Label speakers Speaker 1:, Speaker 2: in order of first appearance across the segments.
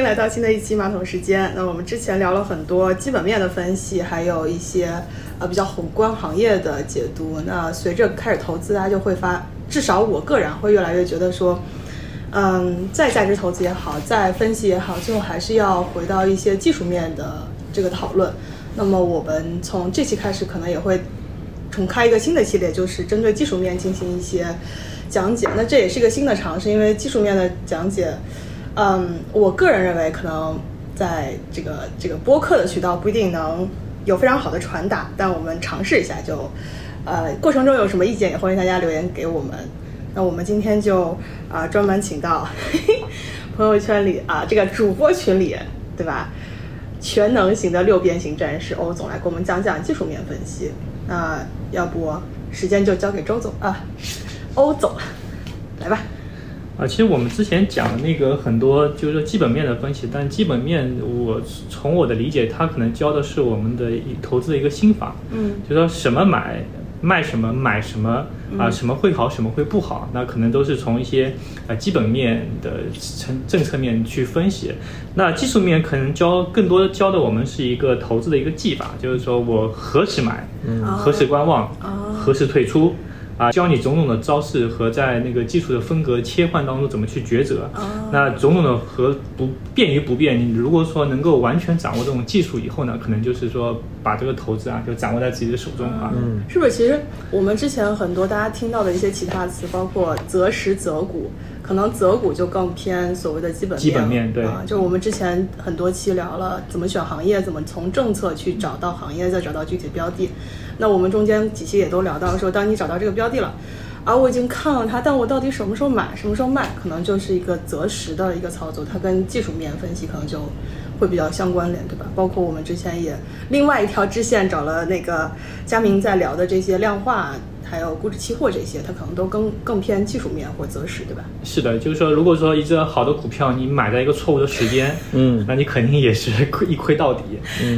Speaker 1: 来到新的一期马桶时间。那我们之前聊了很多基本面的分析，还有一些呃比较宏观行业的解读。那随着开始投资，啊大家就会发，至少我个人会越来越觉得说，嗯，在价值投资也好，在分析也好，最后还是要回到一些技术面的这个讨论。那么我们从这期开始，可能也会重开一个新的系列，就是针对技术面进行一些讲解。那这也是一个新的尝试，因为技术面的讲解。嗯，我个人认为，可能在这个这个播客的渠道不一定能有非常好的传达，但我们尝试一下就，呃，过程中有什么意见也欢迎大家留言给我们。那我们今天就啊、呃专门请到 朋友圈里啊、这个主播群里，对吧？全能型的六边形战士欧总来给我们讲讲技术面分析。那要不时间就交给周总啊， 欧总，来吧。
Speaker 2: 啊，其实我们之前讲的那个很多就是说基本面的分析，但基本面我从我的理解，它可能教的是我们的一投资的一个心法，
Speaker 1: 嗯
Speaker 2: 就说什么买卖什么买什么啊、什么会好，什么会不好，那可能都是从一些啊基本面的政政策面去分析。那技术面可能教更多教的我们是一个投资的一个技法，就是说我何时买，
Speaker 3: 嗯
Speaker 2: 何时观望，
Speaker 1: 哦
Speaker 2: 何时退出。啊，教你种种的招式和在那个技术的风格切换当中怎么去抉择。
Speaker 1: 哦
Speaker 2: 那种种的和不变与不变，你如果说能够完全掌握这种技术以后呢，可能就是说把这个投资啊就掌握在自己的手中啊。
Speaker 3: 嗯，
Speaker 1: 是不是？其实我们之前很多大家听到的一些其他词，包括择时、择股，可能择股就更偏所谓的基本面。
Speaker 2: 基本面对
Speaker 1: 啊，就是我们之前很多期聊了怎么选行业，怎么从政策去找到行业，再找到具体标的。那我们中间几期也都聊到说，当你找到这个标的了。啊，我已经看了它，但我到底什么时候买，什么时候卖，可能就是一个择时的一个操作，它跟技术面分析可能就会比较相关联，对吧？包括我们之前也另外一条支线找了那个佳明在聊的这些量化，还有估值期货这些，它可能都更更偏技术面或择时，对吧？
Speaker 2: 是的，就是说，如果说一只好的股票你买在一个错误的时间，
Speaker 3: 嗯
Speaker 2: 那你肯定也是亏一亏到底。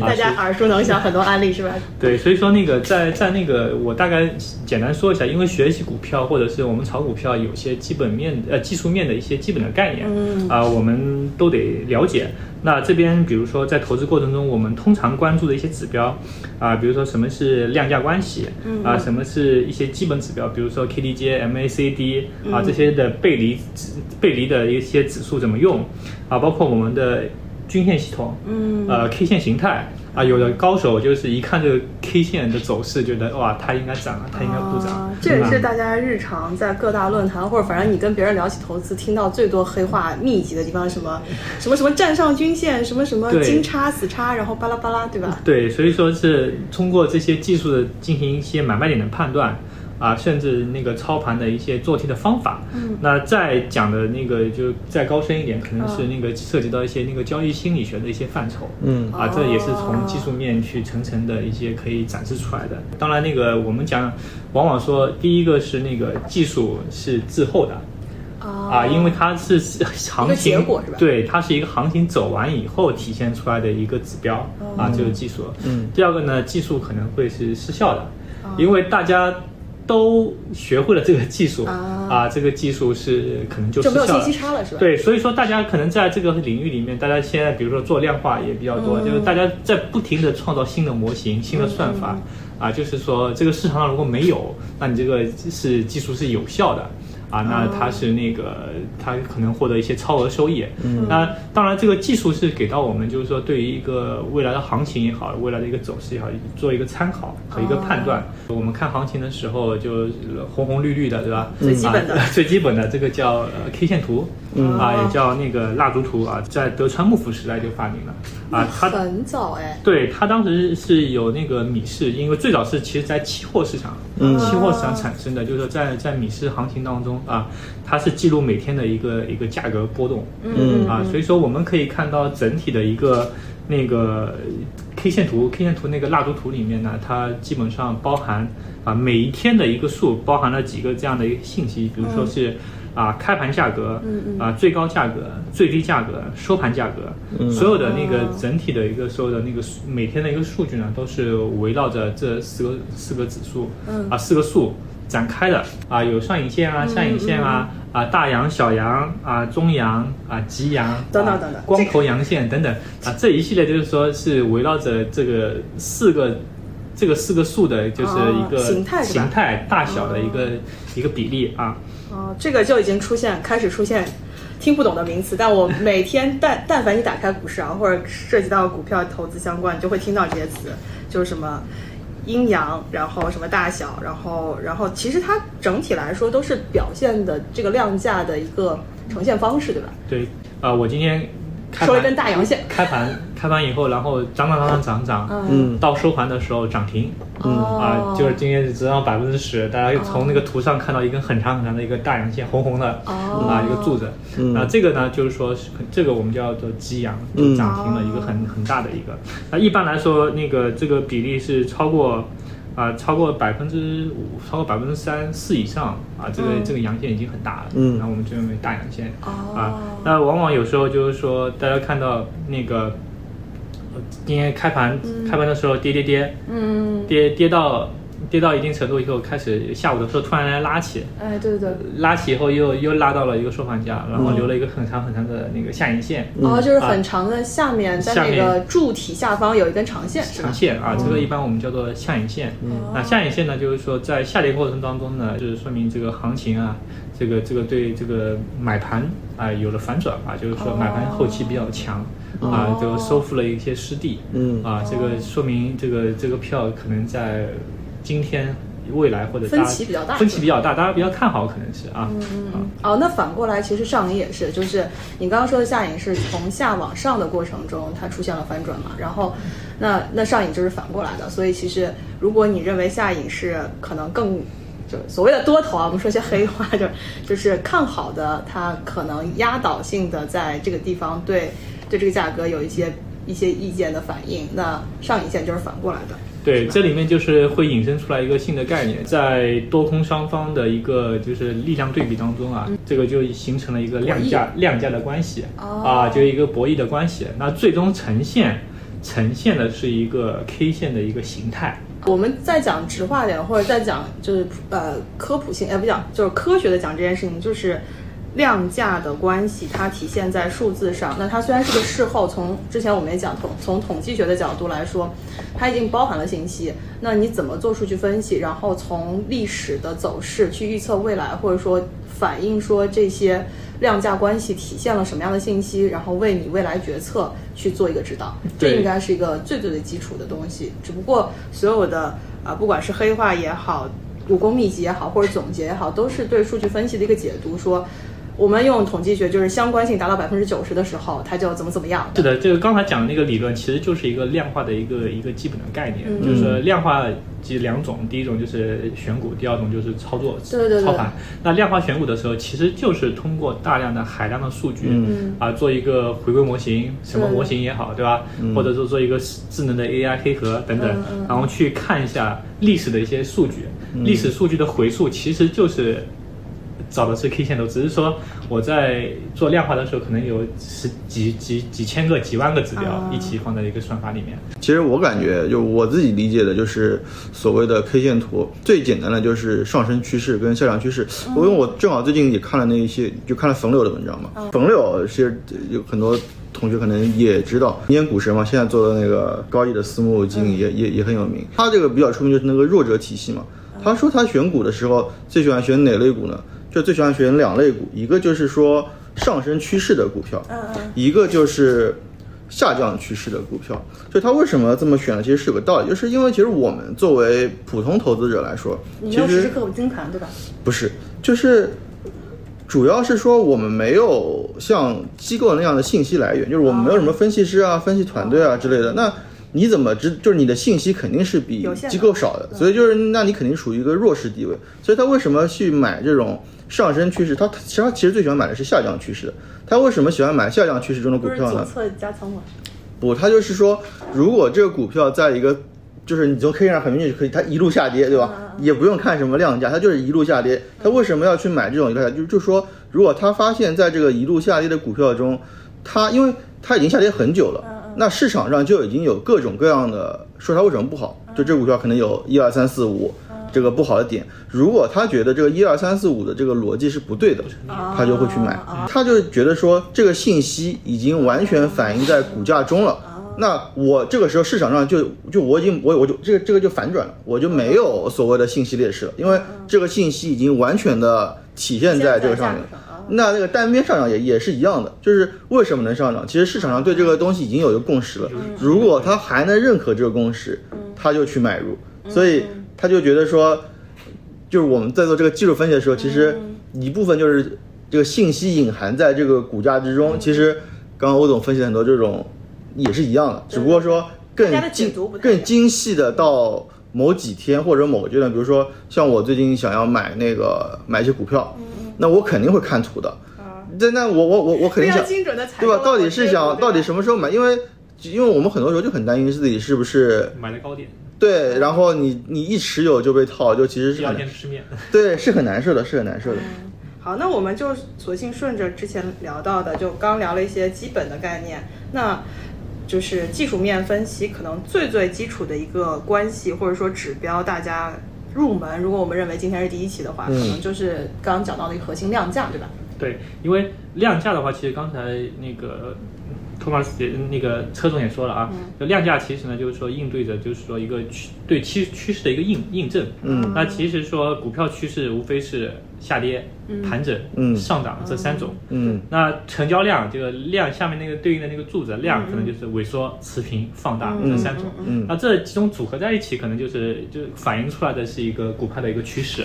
Speaker 2: 啊
Speaker 1: 大家耳熟能详很多案例是吧？
Speaker 2: 对，所以说那个在在那个我大概简单说一下，因为学习股票或者是我们炒股票有些基本面呃技术面的一些基本的概念，
Speaker 1: 嗯
Speaker 2: 啊、我们都得了解。那这边比如说在投资过程中，我们通常关注的一些指标，啊、比如说什么是量价关系，
Speaker 1: 嗯
Speaker 2: 啊、什么是一些基本指标，比如说 KDJ、MACD 啊、
Speaker 1: 嗯
Speaker 2: 这些的背离指背离的一些指数怎么用，啊、包括我们的均线系统，
Speaker 1: 嗯
Speaker 2: 呃 K 线形态啊，有的高手就是一看这个 K 线的走势，觉得哇，它应该涨了，它应该不涨，
Speaker 1: 啊这也是
Speaker 2: 吧
Speaker 1: 大家日常在各大论坛，或者反正你跟别人聊起投资，听到最多黑话密集的地方，什么什么什么站上均线，什么什么
Speaker 2: 对
Speaker 1: 金叉死叉，然后巴拉巴拉，对吧？
Speaker 2: 对，所以说是通过这些技术的进行一些买卖点的判断。啊，甚至那个操盘的一些做题的方法，
Speaker 1: 嗯
Speaker 2: 那再讲的那个就再高深一点，可能
Speaker 1: 啊
Speaker 2: 是那个涉及到一些那个交易心理学的一些范畴，
Speaker 3: 嗯
Speaker 2: 啊，这也是从技术面去层层的一些可以展示出来的。当然，那个我们讲，往往说第一个是那个技术是滞后的，啊，因为它是行情
Speaker 1: 哦结果是吧
Speaker 2: 对，它是一个行情走完以后体现出来的一个指标、
Speaker 1: 哦
Speaker 2: 啊，就是技术。
Speaker 3: 嗯
Speaker 2: 第二个呢，技术可能会是失效的，
Speaker 1: 哦
Speaker 2: 因为大家都学会了这个技术
Speaker 1: 啊
Speaker 2: 这个技术是可能就失
Speaker 1: 就没有
Speaker 2: 效
Speaker 1: 信息。
Speaker 2: 了
Speaker 1: 差了，是吧？
Speaker 2: 对，所以说大家可能在这个领域里面，大家现在比如说做量化也比较多，
Speaker 1: 嗯
Speaker 2: 就是大家在不停的创造新的模型、新的算法、
Speaker 1: 嗯
Speaker 2: 啊，就是说这个市场上如果没有，那你这个是技术是有效的。啊，那
Speaker 1: 嗯
Speaker 2: 它是那个，它可能获得一些超额收益。嗯，那当然，这个技术是给到我们，就是说对于一个未来的行情也好，未来的一个走势也好，做一个参考和一个判断。
Speaker 1: 哦
Speaker 2: 我们看行情的时候，就红红绿绿的，对吧？
Speaker 1: 最基本的
Speaker 2: 啊最基本的这个叫呃 K 线图，
Speaker 1: 嗯
Speaker 2: 啊，
Speaker 1: 哦
Speaker 2: 也叫那个蜡烛图啊，在德川幕府时代就发明了啊，它
Speaker 1: 哦很早哎，
Speaker 2: 对它当时是有那个米市，因为最早是其实在期货市场，
Speaker 3: 嗯
Speaker 2: 期货
Speaker 1: 哦
Speaker 2: 市场产生的，就是说在在米市行情当中啊，它是记录每天的一个一个价格波动，
Speaker 1: 嗯
Speaker 2: 啊，所以说我们可以看到整体的一个那个 K 线图，K 线图那个蜡烛图里面呢，它基本上包含啊每一天的一个数，包含了几个这样的一个信息，比如说是、啊开盘价格，
Speaker 1: 嗯嗯
Speaker 2: 啊最高价格、最低价格、收盘价格，所有的那个
Speaker 1: 哦
Speaker 2: 整体的一个所有的那个数每天的一个数据呢，都是围绕着这四个四个指数，
Speaker 1: 嗯嗯
Speaker 2: 啊四个数展开的啊，有上影线啊、下影线啊、啊，大阳、小阳啊，中阳啊，极阳
Speaker 1: 等等
Speaker 2: 啊
Speaker 1: 等等
Speaker 2: 光头阳线等等啊，这一系列就是说是围绕着这个四个这个四个数的，就是
Speaker 1: 哦
Speaker 2: 一个
Speaker 1: 形态是吧
Speaker 2: 形态大小的一个一个比例啊。
Speaker 1: 哦，这个就已经出现开始出现听不懂的名词，但我每天但但凡你打开股市啊，或者涉及到股票投资相关，你就会听到这些词，就是什么阴阳，然后什么大小，然后然后其实它整体来说都是表现的这个量价的一个呈现方式，对吧？
Speaker 2: 对，啊，我今天开
Speaker 1: 说了一
Speaker 2: 盘
Speaker 1: 根大阳线，
Speaker 2: 开盘开盘以后，然后涨涨涨涨涨涨，
Speaker 1: 嗯，
Speaker 3: 嗯，
Speaker 2: 到收盘的时候涨停。
Speaker 1: 哦
Speaker 2: 啊，就是今天只涨百分之十，大家从那个图上看到一根很长很长的一个大阳线，红红的、
Speaker 1: 哦
Speaker 2: 啊，一个柱子。
Speaker 3: 嗯
Speaker 2: 那这个呢，就是说是这个我们叫做激阳，
Speaker 3: 嗯
Speaker 2: 就涨停了一个很很大的一个。那一般来说，那个这个比例是超过啊、超过百分之五，超过百分之三四以上啊，这个、
Speaker 1: 嗯
Speaker 2: 这个阳线已经很大了。
Speaker 3: 嗯
Speaker 2: 那我们就认为大阳线。啊
Speaker 1: 哦，
Speaker 2: 那往往有时候就是说，大家看到那个。呃今天开盘，开盘的时候跌跌跌，
Speaker 1: 嗯，
Speaker 2: 跌跌到跌到一定程度以后，开始下午的时候突然来拉起，
Speaker 1: 哎，对对对，
Speaker 2: 拉起以后又又拉到了一个收盘价，然后留了一个很长很长的那个下影线、
Speaker 1: 哦，就是很长的，下面在那
Speaker 2: 嗯啊下
Speaker 1: 个
Speaker 2: 面
Speaker 1: 柱体下方有一根长线，是吧
Speaker 2: 长？线啊，这个一般我们叫做下影线。
Speaker 1: 哦
Speaker 2: 那下影线呢，就是说在下跌过程当中呢，就是说明这个行情啊，这个这个对这个买盘啊、有了反转啊，就是说买盘后期比较强、啊
Speaker 1: 哦，
Speaker 2: 就收复了一些失地。
Speaker 3: 嗯
Speaker 2: 啊，这个说明这个这个票可能在今天、未来或者
Speaker 1: 分
Speaker 2: 大家
Speaker 1: 歧比较大
Speaker 2: 分歧比较大，大家比较看好，可能是啊，啊，
Speaker 1: 哦，那反过来，其实上影也是，就是你刚刚说的下影是从下往上的过程中，它出现了翻转嘛，然后那那上影就是反过来的，所以其实如果你认为下影是可能更就所谓的多头啊，我们说些黑话， 就就是看好的，它可能压倒性的在这个地方对对这个价格有一些一些意见的反应，那上影线就是反过来的，
Speaker 2: 对，
Speaker 1: 是吧
Speaker 2: 这里面就是会引申出来一个新的概念，在多空双方的一个就是力量对比当中
Speaker 1: 嗯
Speaker 2: 啊，这个就形成了一个量价量价的关系、
Speaker 1: 哦
Speaker 2: 啊，就一个博弈的关系。那最终呈现呈现的是一个 K 线的一个形态。
Speaker 1: 我们再讲直话点，或者再讲就是呃科普性，呃不讲就是科学的讲这件事情，就是量价的关系，它体现在数字上。那它虽然是个事后，从之前我们也讲统从统计学的角度来说，它已经包含了信息。那你怎么做数据分析，然后从历史的走势去预测未来，或者说反映说这些量价关系体现了什么样的信息，然后为你未来决策去做一个指导，这
Speaker 2: 对
Speaker 1: 应该是一个最最最基础的东西。只不过所有的啊、不管是黑话也好，武功秘籍也好，或者总结也好，都是对数据分析的一个解读，说。我们用统计学，就是相关性达到百分之九十的时候，它就怎么怎么样。
Speaker 2: 是的，这个刚才讲的那个理论，其实就是一个量化的一个一个基本的概念，
Speaker 1: 嗯
Speaker 2: 就是说量化即两种，第一种就是选股，第二种就是操作
Speaker 1: 对对对
Speaker 2: 操盘。那量化选股的时候，其实就是通过大量的海量的数据、
Speaker 3: 嗯
Speaker 2: 啊，做一个回归模型，什么
Speaker 1: 对
Speaker 2: 模型也好，对吧？
Speaker 3: 嗯
Speaker 2: 或者说做一个智能的 AI 黑盒等等，
Speaker 1: 嗯嗯
Speaker 2: 然后去看一下历史的一些数据，
Speaker 3: 嗯
Speaker 2: 历史数据的回溯其实就是找的是 K 线头，只是说我在做量化的时候，可能有十几几几千个、几万个指标
Speaker 1: 啊
Speaker 2: 一起放在一个算法里面。
Speaker 3: 其实我感觉，就我自己理解的，就是所谓的 K 线图，最简单的就是上升趋势跟下降趋势。我因为我正好最近也看了那一些，就看了冯柳的文章嘛。冯柳其实有很多同学可能也知道，今年股神嘛，现在做的那个高毅的私募基金也、也也很有名。他这个比较出名就是那个弱者体系嘛。他说他选股的时候最喜欢选哪类股呢？就最喜欢选两类股，一个就是说上升趋势的股票，一个就是下降趋势的股票。所以他为什么这么选呢？其实是有个道理，就是因为其实我们作为普通投资者来说，
Speaker 1: 你
Speaker 3: 其
Speaker 1: 用时
Speaker 3: 实
Speaker 1: 时刻刻盯盘，对吧？
Speaker 3: 不是，就是主要是说我们没有像机构那样的信息来源，就是我们没有
Speaker 1: 哦
Speaker 3: 什么分析师啊、分析团队啊之类的。那你怎么知？就是你的信息肯定是比
Speaker 1: 有限的
Speaker 3: 机构少的，所以就是那你肯定处于一个弱势地位。所以他为什么去买这种上升趋势？他其实他其实最喜欢买的是下降趋势的。他为什么喜欢买下降趋势中的股
Speaker 1: 不是
Speaker 3: 票
Speaker 1: 左
Speaker 3: 呢？
Speaker 1: 侧加仓吗？
Speaker 3: 不，它就是说，如果这个股票在一个，就是你从 K 线上很明显就可以，它一路下跌，对吧？也不用看什么量价，它就是一路下跌。它为什么要去买这种一路下跌？就就说，如果他发现在这个一路下跌的股票中，它因为它已经下跌很久了，那市场上就已经有各种各样的说它为什么不好，就这股票可能有一二三四五，这个不好的点。如果他觉得这个一二三四五的这个逻辑是不对的，他就会去买。他就觉得说这个信息已经完全反映在股价中了。那我这个时候市场上就就我已经我我就这个这个就反转了，我就没有所谓的信息劣势了，因为这个信息已经完全的体现在这个上面了哦
Speaker 1: 体现在
Speaker 3: 嗯
Speaker 1: 价格上。
Speaker 3: 那那个单边上涨也也是一样的，就是为什么能上涨？其实市场上对这个东西已经有一个共识了，如果他还能认可这个共识，他就去买入，所以他就觉得说，就是我们在做这个技术分析的时候，其实
Speaker 1: 嗯
Speaker 3: 一部分就是这个信息隐含在这个股价之
Speaker 1: 嗯
Speaker 3: 中。其实刚刚欧总分析了很多这种也是一样的，只不过说更
Speaker 1: 嗯大家的解
Speaker 3: 精
Speaker 1: 读不太一样
Speaker 3: 更精细的到某几天或者某个阶段，比如说像我最近想要买那个买一些股票，
Speaker 1: 嗯
Speaker 3: 那我肯定会看图的。那那我我我我
Speaker 1: 非
Speaker 3: 肯定
Speaker 1: 常
Speaker 3: 想
Speaker 1: 啊精准的采
Speaker 3: 对
Speaker 1: 购
Speaker 3: 吧？到底是想到底
Speaker 1: 么？
Speaker 3: 什么时候买？因为因为我们很多时候就很担心自己是不是
Speaker 2: 买的高点，
Speaker 1: 嗯
Speaker 3: 对，然后你你一持有就被套，就其实
Speaker 2: 第
Speaker 3: 是
Speaker 2: 二
Speaker 3: 很
Speaker 2: 天吃面。
Speaker 3: 对，是很难受的，是很难受的。
Speaker 1: 好，那我们就索性顺着之前聊到的，就刚聊了一些基本的概念，那就是技术面分析可能最最基础的一个关系或者说指标，大家入门，如果我们认为今天是第一期的话，
Speaker 3: 嗯
Speaker 1: 可能就是刚刚讲到的一个核心量价，对吧？
Speaker 2: 对，因为量价的话，其实刚才那个托马斯也那个车总也说了啊，
Speaker 3: 嗯
Speaker 2: 就量价其实呢，就是说应对着就是说一个趋对趋趋势的一个印印证。
Speaker 3: 嗯，
Speaker 2: 那其实说股票趋势无非是下跌、盘整、
Speaker 3: 嗯
Speaker 2: 上涨这三种。
Speaker 3: 嗯
Speaker 2: 那成交量这个量下面那个对应的那个柱子量，可能就是萎缩、持平、放大这三种。
Speaker 3: 嗯
Speaker 2: 那这几种组合在一起，可能就是就反映出来的是一个股票的一个趋势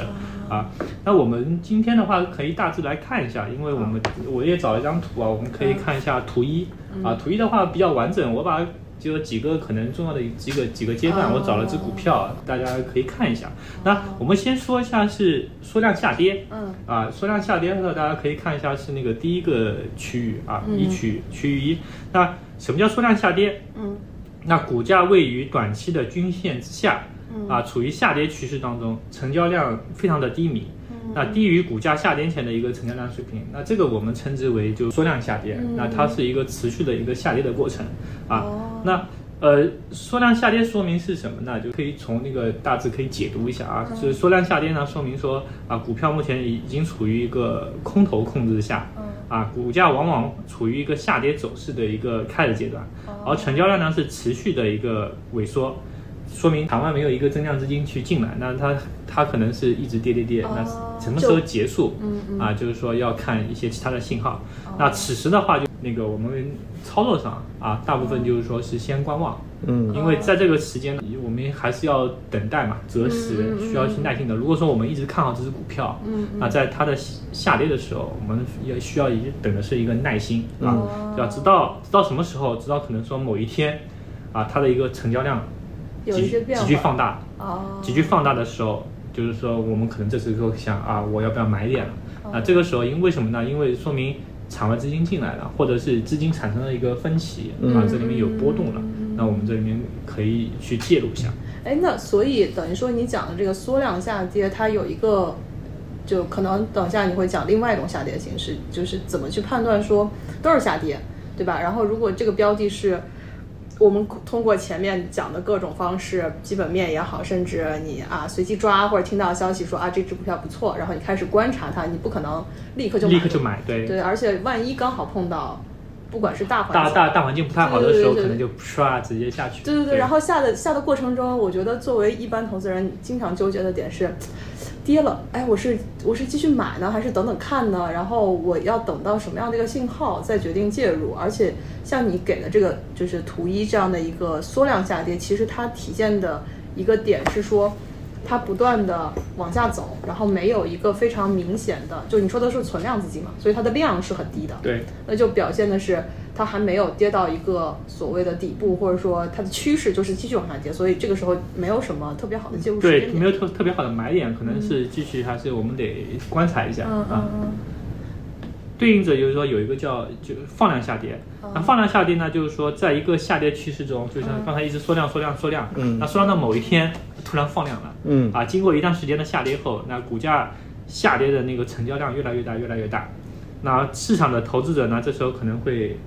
Speaker 2: 啊。那我们今天的话，可以大致来看一下，因为我们我也找了一张图啊，我们可以看一下图一啊。图一的话比较完整，我把就有几个可能重要的几个几个阶段，我找了只股票，大家可以看一下。那我们先说一下是缩量下跌，
Speaker 1: 嗯
Speaker 2: 啊，缩量下跌的时候，大家可以看一下是那个第一个区域啊，一区域区域一。那什么叫缩量下跌？
Speaker 1: 嗯
Speaker 2: 那股价位于短期的均线之下，
Speaker 1: 嗯
Speaker 3: 嗯
Speaker 2: 啊，处于下跌趋势当中，成交量非常的低迷，
Speaker 1: 嗯
Speaker 3: 啊
Speaker 2: 那低于股价下跌前的一个成交量水平，那这个我们称之为就缩量下跌，那它是一个持续的一个下跌的过程啊。那呃，缩量下跌说明是什么呢？就可以从那个大致可以解读一下啊，就是缩量下跌呢，说明说啊，股票目前已经处于一个空头控制下，啊，股价往往处于一个下跌走势的一个开始阶段，而成交量呢是持续的一个萎缩。说明场外没有一个增量资金去进来，那它它可能是一直跌跌跌，那什么时候结束？啊，就是说要看一些其他的信号。那此时的话，就那个我们操作上啊，大部分就是说是先观望，
Speaker 3: 嗯
Speaker 2: 因为在这个时间呢，我们还是要等待嘛，择时
Speaker 4: 嗯
Speaker 2: 需要去耐心的。如果说我们一直看好这只股票，那在它的下下跌的时候，我们也需要一等的是一个耐心啊，
Speaker 4: 哦
Speaker 2: 对吧？直到直到什么时候？直到可能说某一天，啊，它的一个成交量
Speaker 4: 有一
Speaker 2: 急
Speaker 4: 些
Speaker 2: 剧
Speaker 4: 变
Speaker 2: 急
Speaker 4: 化
Speaker 2: 剧放大，
Speaker 4: 哦，
Speaker 2: 急剧放大的时候，就是说我们可能这时候想啊，我要不要买点了？啊，这个时候因为什么呢？因为说明场外资金进来了，或者是资金产生了一个分歧、
Speaker 4: 嗯
Speaker 2: 啊，这里面有波动了，那我们这里面可以去介入一下。
Speaker 4: 哎，那所以等于说你讲的这个缩量下跌，它有一个，就可能等一下你会讲另外一种下跌形式，就是怎么去判断说都是下跌，对吧？然后如果这个标的是。我们通过前面讲的各种方式，基本面也好，甚至你啊随机抓或者听到消息说啊这只股票不错，然后你开始观察它，你不可能立刻就买
Speaker 2: 立刻就买，对，
Speaker 4: 对，而且万一刚好碰到，不管是大环
Speaker 2: 大
Speaker 4: 境
Speaker 2: 大大环境不太好的时
Speaker 4: 对对
Speaker 2: 候，
Speaker 4: 对对
Speaker 2: 可能就唰直接下去。
Speaker 4: 对对对，然后下的下的过程中，我觉得作为一般投资人，经常纠结的点是，跌了，哎，我是我是继续买呢，还是等等看呢？然后我要等到什么样的一个信号再决定介入？而且像你给的这个就是图一这样的一个缩量下跌，其实它体现的一个点是说。它不断的往下走，然后没有一个非常明显的，就你说的是存量资金嘛，所以它的量是很低的。
Speaker 2: 对
Speaker 4: 那就表现的是它还没有跌到一个所谓的底部，或者说它的趋势就是继续往下跌，所以这个时候没有什么特别好的介入嗯时
Speaker 2: 对，
Speaker 4: 间
Speaker 2: 没
Speaker 4: 点。
Speaker 2: 有特特别好的买点，可能是继续还是我们得观察一下、
Speaker 4: 嗯
Speaker 2: 啊。
Speaker 4: 嗯
Speaker 2: 对应着就是说有一个叫就放量下跌，那放量下跌呢，就是说在一个下跌趋势中，就像刚才一直缩量缩量缩量，
Speaker 3: 嗯
Speaker 2: 那缩量到某一天突然放量了，
Speaker 3: 嗯
Speaker 2: 啊，经过一段时间的下跌后，那股价下跌的那个成交量越来越大越来越大，那市场的投资者呢，这时候可能会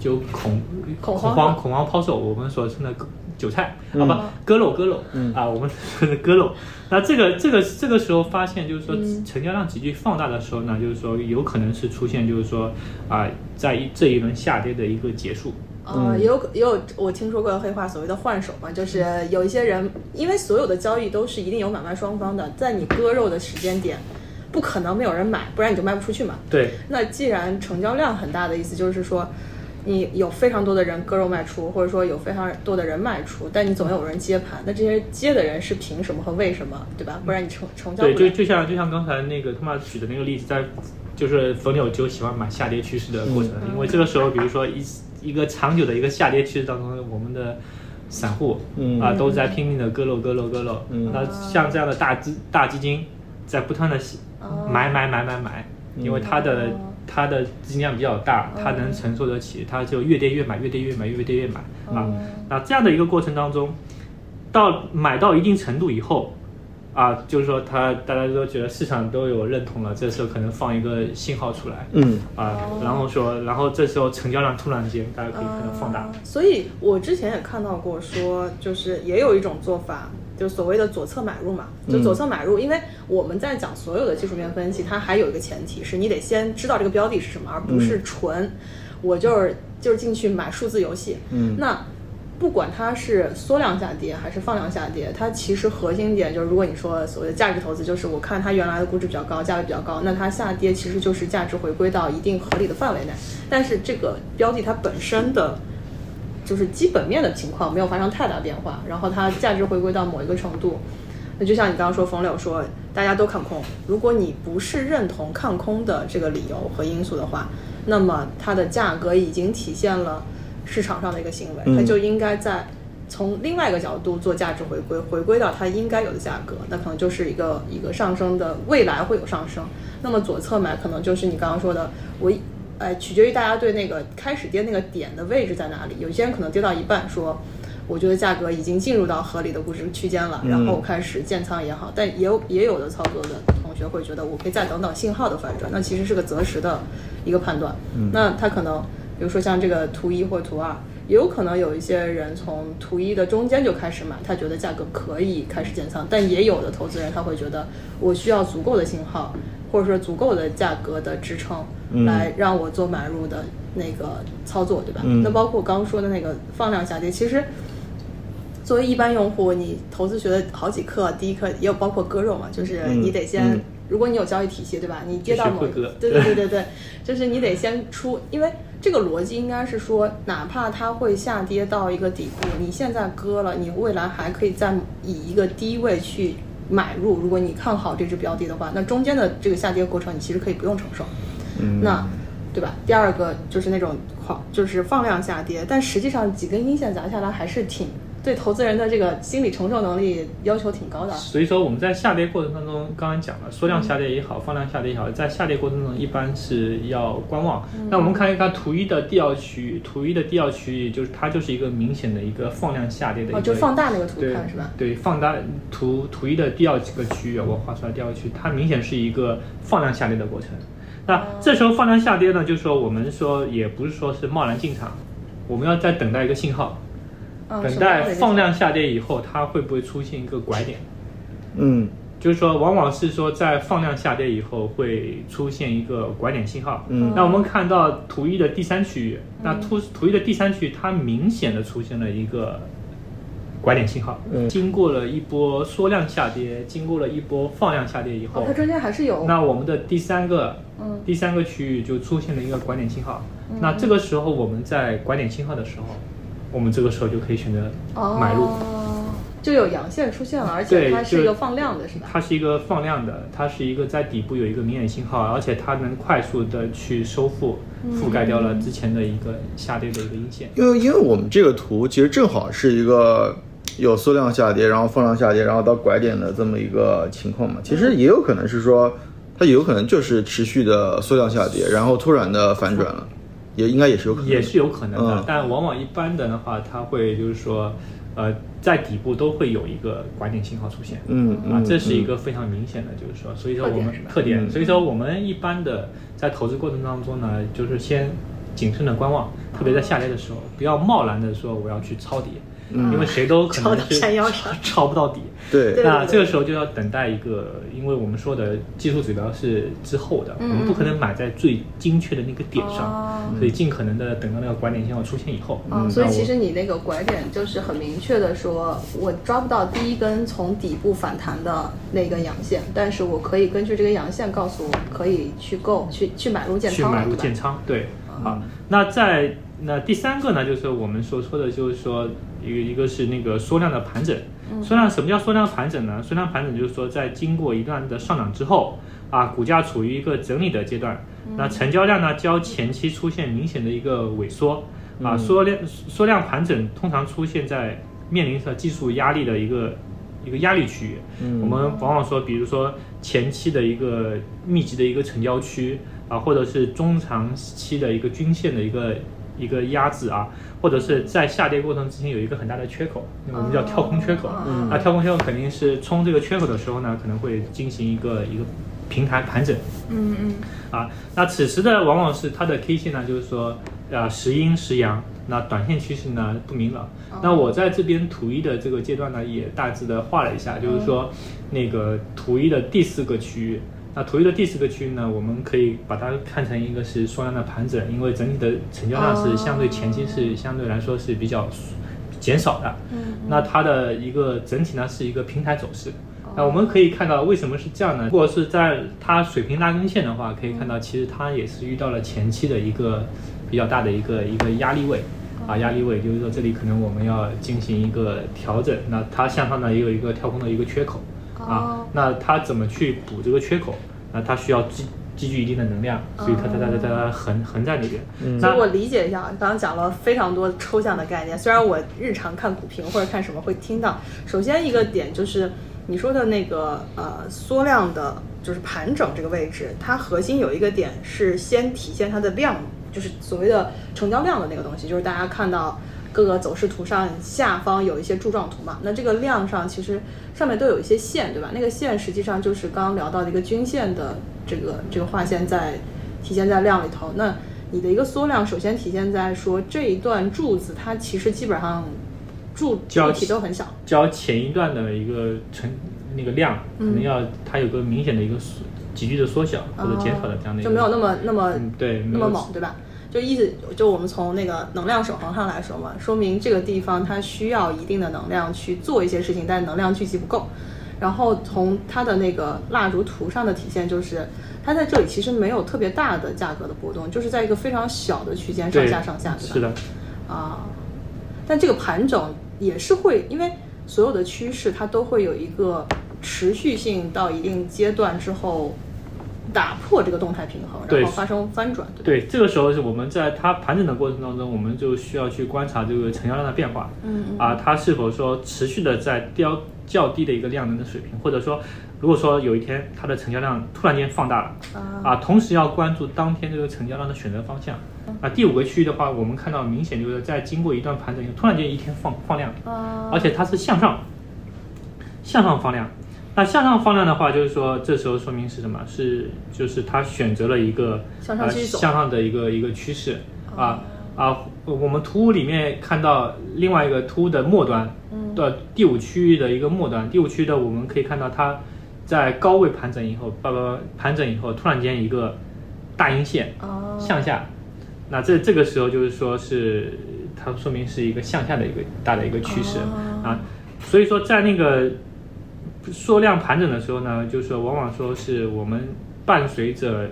Speaker 2: 就恐
Speaker 4: 恐
Speaker 2: 慌
Speaker 4: 慌
Speaker 2: 恐慌抛售，我们所称的韭菜，好吧，
Speaker 4: 嗯
Speaker 2: 割肉割肉，啊，我们说的割肉。那这个这个这个时候发现，就是说
Speaker 4: 嗯
Speaker 2: 成交量急剧放大的时候呢，就是说有可能是出现，就是说啊、在一这一轮下跌的一个结束。嗯
Speaker 1: 呃，也有也有，我听说过黑话，所谓的换手嘛，就是有一些人，因为所有的交易都是一定有买卖双方的，在你割肉的时间点，不可能没有人买，不然你就卖不出去嘛。
Speaker 2: 对，
Speaker 1: 那既然成交量很大的意思就是说，你有非常多的人割肉卖出，或者说有非常多的人卖出，但你总有人接盘，那这些接的人是凭什么和为什么，对吧？不然你成成交不
Speaker 2: 对，就
Speaker 1: 了。
Speaker 2: 就像就像刚才那个他妈举的那个例子，在就是冯柳就喜欢买下跌趋势的过程，因为这个时候，比如说一一个长久的一个下跌趋势当中，我们的散户
Speaker 3: 嗯
Speaker 2: 啊都在拼命的割肉割肉割肉，那像这样的大资大基金在不断的买买买买买，因为它的。它的资金量比较大，它能承受得起，它就越跌越买，越跌越买，越跌越买
Speaker 1: 哦
Speaker 2: 啊。那这样的一个过程当中，到买到一定程度以后，啊，就是说他大家都觉得市场都有认同了，这时候可能放一个信号出来，
Speaker 3: 嗯，
Speaker 2: 啊，
Speaker 1: 哦
Speaker 2: 然后说，然后这时候成交量突然间大家可以可能放大，
Speaker 1: 所以我之前也看到过说，就是也有一种做法，就所谓的左侧买入嘛，就左侧买入，因为我们在讲所有的技术面分析，它还有一个前提是你得先知道这个标的是什么，而不是纯、我就是就是进去买数字游戏。嗯，那。不管它是缩量下跌还是放量下跌，它其实核心点就是，如果你说所谓的价值投资，就是我看它原来的估值比较高，价位比较高，那它下跌其实就是价值回归到一定合理的范围内。但是这个标的它本身的就是基本面的情况没有发生太大变化，然后它价值回归到某一个程度，那就像你刚刚说，冯柳说大家都看空，如果你不是认同看空的这个理由和因素的话，那么它的价格已经体现了市场上的一个行为，它就应该在从另外一个角度做价值回归，回归到它应该有的价格，那可能就是一个一个上升的，未来会有上升。那么左侧买可能就是你刚刚说的，我一哎取决于大家对那个开始跌那个点的位置在哪里，有些人可能跌到一半说。我觉得价格已经进入到合理的估值区间了，然后开始建仓也好，但也有也有的操作的同学会觉得我可以再等等信号的反转，那其实是个择时的一个判断。那他可能比如说像这个图一或图二，也有可能有一些人从图一的中间就开始买，他觉得价格可以开始建仓，但也有的投资人他会觉得我需要足够的信号，或者说足够的价格的支撑，来让我做买入的那个操作，对吧？那包括我刚刚说的那个放量下跌，其实。作为一般用户，你投资学了好几课，第一课也有包括割肉嘛，就是你得先，
Speaker 3: 嗯
Speaker 1: 如果你有交易体系，对吧？你跌到
Speaker 2: 学
Speaker 1: 某
Speaker 2: 会
Speaker 1: 一个
Speaker 2: 割，
Speaker 1: 对对对对对，就是你得先出，因为这个逻辑应该是说，哪怕它会下跌到一个底部，你现在割了，你未来还可以再以一个低位去买入。如果你看好这只标的的话，那中间的这个下跌过程，你其实可以不用承受。
Speaker 2: 嗯
Speaker 3: 嗯
Speaker 1: 那对吧？第二个就是那种狂，就是放量下跌，但实际上几根阴线砸下来还是挺对投资人的这个心理承受能力要求挺高的。啊
Speaker 2: 所以说我们在下跌过程当中，刚刚讲了缩量下跌也好，放量下跌也好，在下跌过程中一般是要观望。
Speaker 1: 嗯
Speaker 2: 那我们看一看图一的第二区域，图一的第二区域就是它就是一个明显的一个放量下跌的一个，
Speaker 1: 哦，就放大那个图
Speaker 2: 对
Speaker 1: 看是吧？
Speaker 2: 对，放大图图一的第二个区域，我画出来第二个区，域，它明显是一个放量下跌的过程。
Speaker 1: 哦
Speaker 2: 那这时候放量下跌呢，就是说我们说也不是说是贸然进场，我们要再等待一个信号，
Speaker 1: 嗯，
Speaker 2: 等
Speaker 1: 什么样
Speaker 2: 待
Speaker 1: 的一个
Speaker 2: 放量下跌以后，它会不会出现一个拐点？
Speaker 3: 嗯
Speaker 2: 就是说，往往是说在放量下跌以后会出现一个拐点信号。
Speaker 3: 嗯
Speaker 2: 那我们看到图一的第三区域，那
Speaker 1: 嗯
Speaker 2: 图图一的第三区域，它明显的出现了一个拐点信号。
Speaker 3: 嗯
Speaker 2: 经过了一波缩量下跌，经过了一波放量下跌以后，
Speaker 1: 哦，它中间还是有
Speaker 2: 那我们的第三个，第三个区域就出现了一个拐点信号。
Speaker 1: 嗯
Speaker 2: 那这个时候我们在拐点信号的时候，我们这个时候就可以选择买入。
Speaker 1: 哦，就有阳线出现了，而且
Speaker 2: 对
Speaker 1: 它是
Speaker 2: 就
Speaker 1: 一个放量的是吧？
Speaker 2: 它是一个放量的，它是一个在底部有一个明显信号，啊而且它能快速的去收复，
Speaker 1: 嗯
Speaker 2: 覆盖掉了之前的一个下跌的一个阴线。
Speaker 3: 因为因为我们这个图其实正好是一个有缩量下跌，然后放量下跌，然后到拐点的这么一个情况嘛。
Speaker 1: 嗯
Speaker 3: 其实也有可能是说，它有可能就是持续的缩量下跌，然后突然的反转了，也应该也是有可能的，
Speaker 2: 也是有可能的，
Speaker 3: 嗯
Speaker 2: 但往往一般的的话，它会就是说，呃，在底部都会有一个拐点信号出现，
Speaker 3: 嗯
Speaker 2: 啊
Speaker 3: 嗯，
Speaker 2: 这是一个非常明显的，就是说，所以说我
Speaker 1: 特
Speaker 2: 们
Speaker 1: 点是吧
Speaker 2: 特点，所以说我们一般的在投资过程当中呢，就是先谨慎的观望，特别在下跌的时候，不要贸然的说我要去抄底，
Speaker 3: 嗯
Speaker 2: 因为谁都可能
Speaker 1: 抄到
Speaker 2: 是
Speaker 1: 山腰上
Speaker 2: 抄不到底。
Speaker 3: 对
Speaker 1: 对
Speaker 2: 那这个时候就要等待一个，因为我们说的技术指标是之后的，我们不可
Speaker 1: 嗯
Speaker 2: 能买在最精确的那个点上，
Speaker 1: 哦
Speaker 2: 所以尽可能的等到那个拐点信号出现以后。
Speaker 4: 啊，所以
Speaker 2: 嗯那我
Speaker 4: 其实你那个拐点就是很明确的说，我抓不到第一根从底部反弹的那根阳线，但是我可以根据这根阳线告诉我可以去购去去买入建
Speaker 2: 去
Speaker 4: 仓了，
Speaker 2: 买入
Speaker 4: 对吧
Speaker 2: 建仓，对，啊，那在那第三个呢，就是我们所说的，就是说一个一个是那个缩量的盘整，
Speaker 4: 嗯
Speaker 2: 缩量什么叫缩量盘整呢？缩量盘整就是说在经过一段的上涨之后，啊，股价处于一个整理的阶段，
Speaker 4: 嗯
Speaker 2: 那成交量呢较前期出现明显的一个萎缩，
Speaker 4: 嗯
Speaker 2: 啊，缩量缩量盘整通常出现在面临着技术压力的一个一个压力区域。我们往往说，比如说前期的一个密集的一个成交区啊，或者是中长期的一个均线的一个一个压制啊，或者是在下跌过程之前有一个很大的缺口，那我们叫跳空缺口。
Speaker 1: 哦
Speaker 2: 啊
Speaker 4: 嗯
Speaker 2: 那跳空缺口肯定是冲这个缺口的时候呢，可能会进行一个一个平台盘整。
Speaker 4: 嗯嗯，
Speaker 2: 啊，那此时的往往是它的 K 线呢，就是说，呃，时阴时阳，那短线趋势呢不明朗。那我在这边图一的这个阶段呢，也大致的画了一下，就是说，那个图一的第四个区域，那图一的第四个区域呢，我们可以把它看成一个是缩量的盘整，因为整体的成交量是相对前期是相对来说是比较减少的。
Speaker 4: 嗯
Speaker 2: 那它的一个整体呢是一个平台走势。那我们可以看到，为什么是这样呢？如果是在它水平拉根线的话，可以看到其实它也是遇到了前期的一个比较大的一个一个压力位啊，压力位就是说这里可能我们要进行一个调整。那它向上呢也有一个跳空的一个缺口啊，那它怎么去补这个缺口？那它需要积积聚一定的能量，所以它它它它它它横横在那边。
Speaker 1: 所以
Speaker 2: 那
Speaker 1: 我理解一下，刚刚讲了非常多抽象的概念，虽然我日常看股评或者看什么会听到。首先一个点就是你说的那个呃缩量的，就是盘整这个位置，它核心有一个点是先体现它的量，就是所谓的成交量的那个东西，就是大家看到。各个走势图上下方有一些柱状图嘛，那这个量上其实上面都有一些线，对吧？那个线实际上就是刚刚聊到的一个均线的这个这个画线在体现在量里头。那你的一个缩量，首先体现在说这一段柱子它其实基本上柱
Speaker 2: 较
Speaker 1: 柱体都很小，
Speaker 2: 交前一段的一个成那个量，
Speaker 1: 嗯
Speaker 2: 可能要它有个明显的一个缩急剧的缩小或者减少的这样的一
Speaker 1: 哦就
Speaker 2: 个，
Speaker 1: 没有那么那么、
Speaker 2: 嗯对
Speaker 1: 那么
Speaker 2: 没有
Speaker 1: 猛，对吧？就意思就我们从那个能量守恒上来说嘛，说明这个地方它需要一定的能量去做一些事情，但能量聚集不够。然后从它的那个蜡烛图上的体现就是，它在这里其实没有特别大的价格的波动，就是在一个非常小的区间上
Speaker 2: 对
Speaker 1: 下上下，对吧？
Speaker 2: 是的，
Speaker 1: 啊，但这个盘整也是会，因为所有的趋势它都会有一个持续性到一定阶段之后，打破这个动态平衡，
Speaker 2: 对
Speaker 1: 然后发生翻转，对吧？
Speaker 2: 对，这个时候是我们在它盘整的过程当中，我们就需要去观察这个成交量的变化，嗯啊，它是否说持续的在较较低的一个量能的水平，或者说，如果说有一天它的成交量突然间放大了，啊，同时要关注当天这个成交量的选择方向。啊，第五个区域的话，我们看到明显就是在经过一段盘整以后，突然间一天放放量，
Speaker 1: 啊
Speaker 2: 而且它是向上，向上放量。那向上放量的话，就是说这时候说明是什么？是就是它选择了一个
Speaker 1: 向上
Speaker 2: 呃
Speaker 1: 继续走哦
Speaker 2: 向上的一个一个趋势啊啊。我们图五里面看到另外一个图的末端，
Speaker 1: 嗯
Speaker 2: 的第五区域的一个末端，第五区域的我们可以看到它在高位盘整以后，叭叭叭盘整以后，突然间一个大阴线
Speaker 1: 哦
Speaker 2: 向下，那这这个时候就是说是它说明是一个向下的一个大的一个趋势、啊，所以说在那个缩量盘整的时候呢，就是说往往说是我们伴随着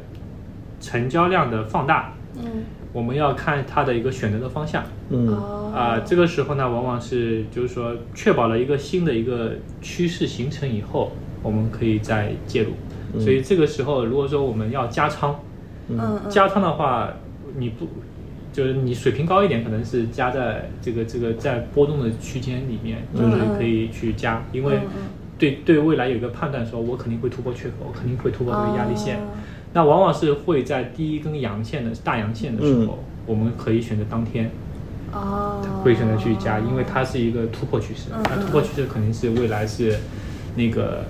Speaker 2: 成交量的放大，
Speaker 1: 嗯，
Speaker 2: 我们要看它的一个选择的方向。
Speaker 3: 嗯
Speaker 1: 哦
Speaker 2: 啊、这个时候呢，往往是就是说确保了一个新的一个趋势形成以后，我们可以再介入。所以这个时候，如果说我们要加仓，
Speaker 1: 嗯嗯
Speaker 2: 加仓的话，你不就是你水平高一点，可能是加在这个这个在波动的区间里面，
Speaker 1: 嗯
Speaker 2: 就是可以去加，因为对对未来有一个判断，说我肯定会突破缺口，我肯定会突破这个压力线。
Speaker 1: 哦
Speaker 2: 那往往是会在第一根阳线的大阳线的时候，我们可以选择当天。
Speaker 1: 嗯哦，嗯
Speaker 2: 会选择去加，因为它是一个突破趋势，那突破趋势肯定是未来是那个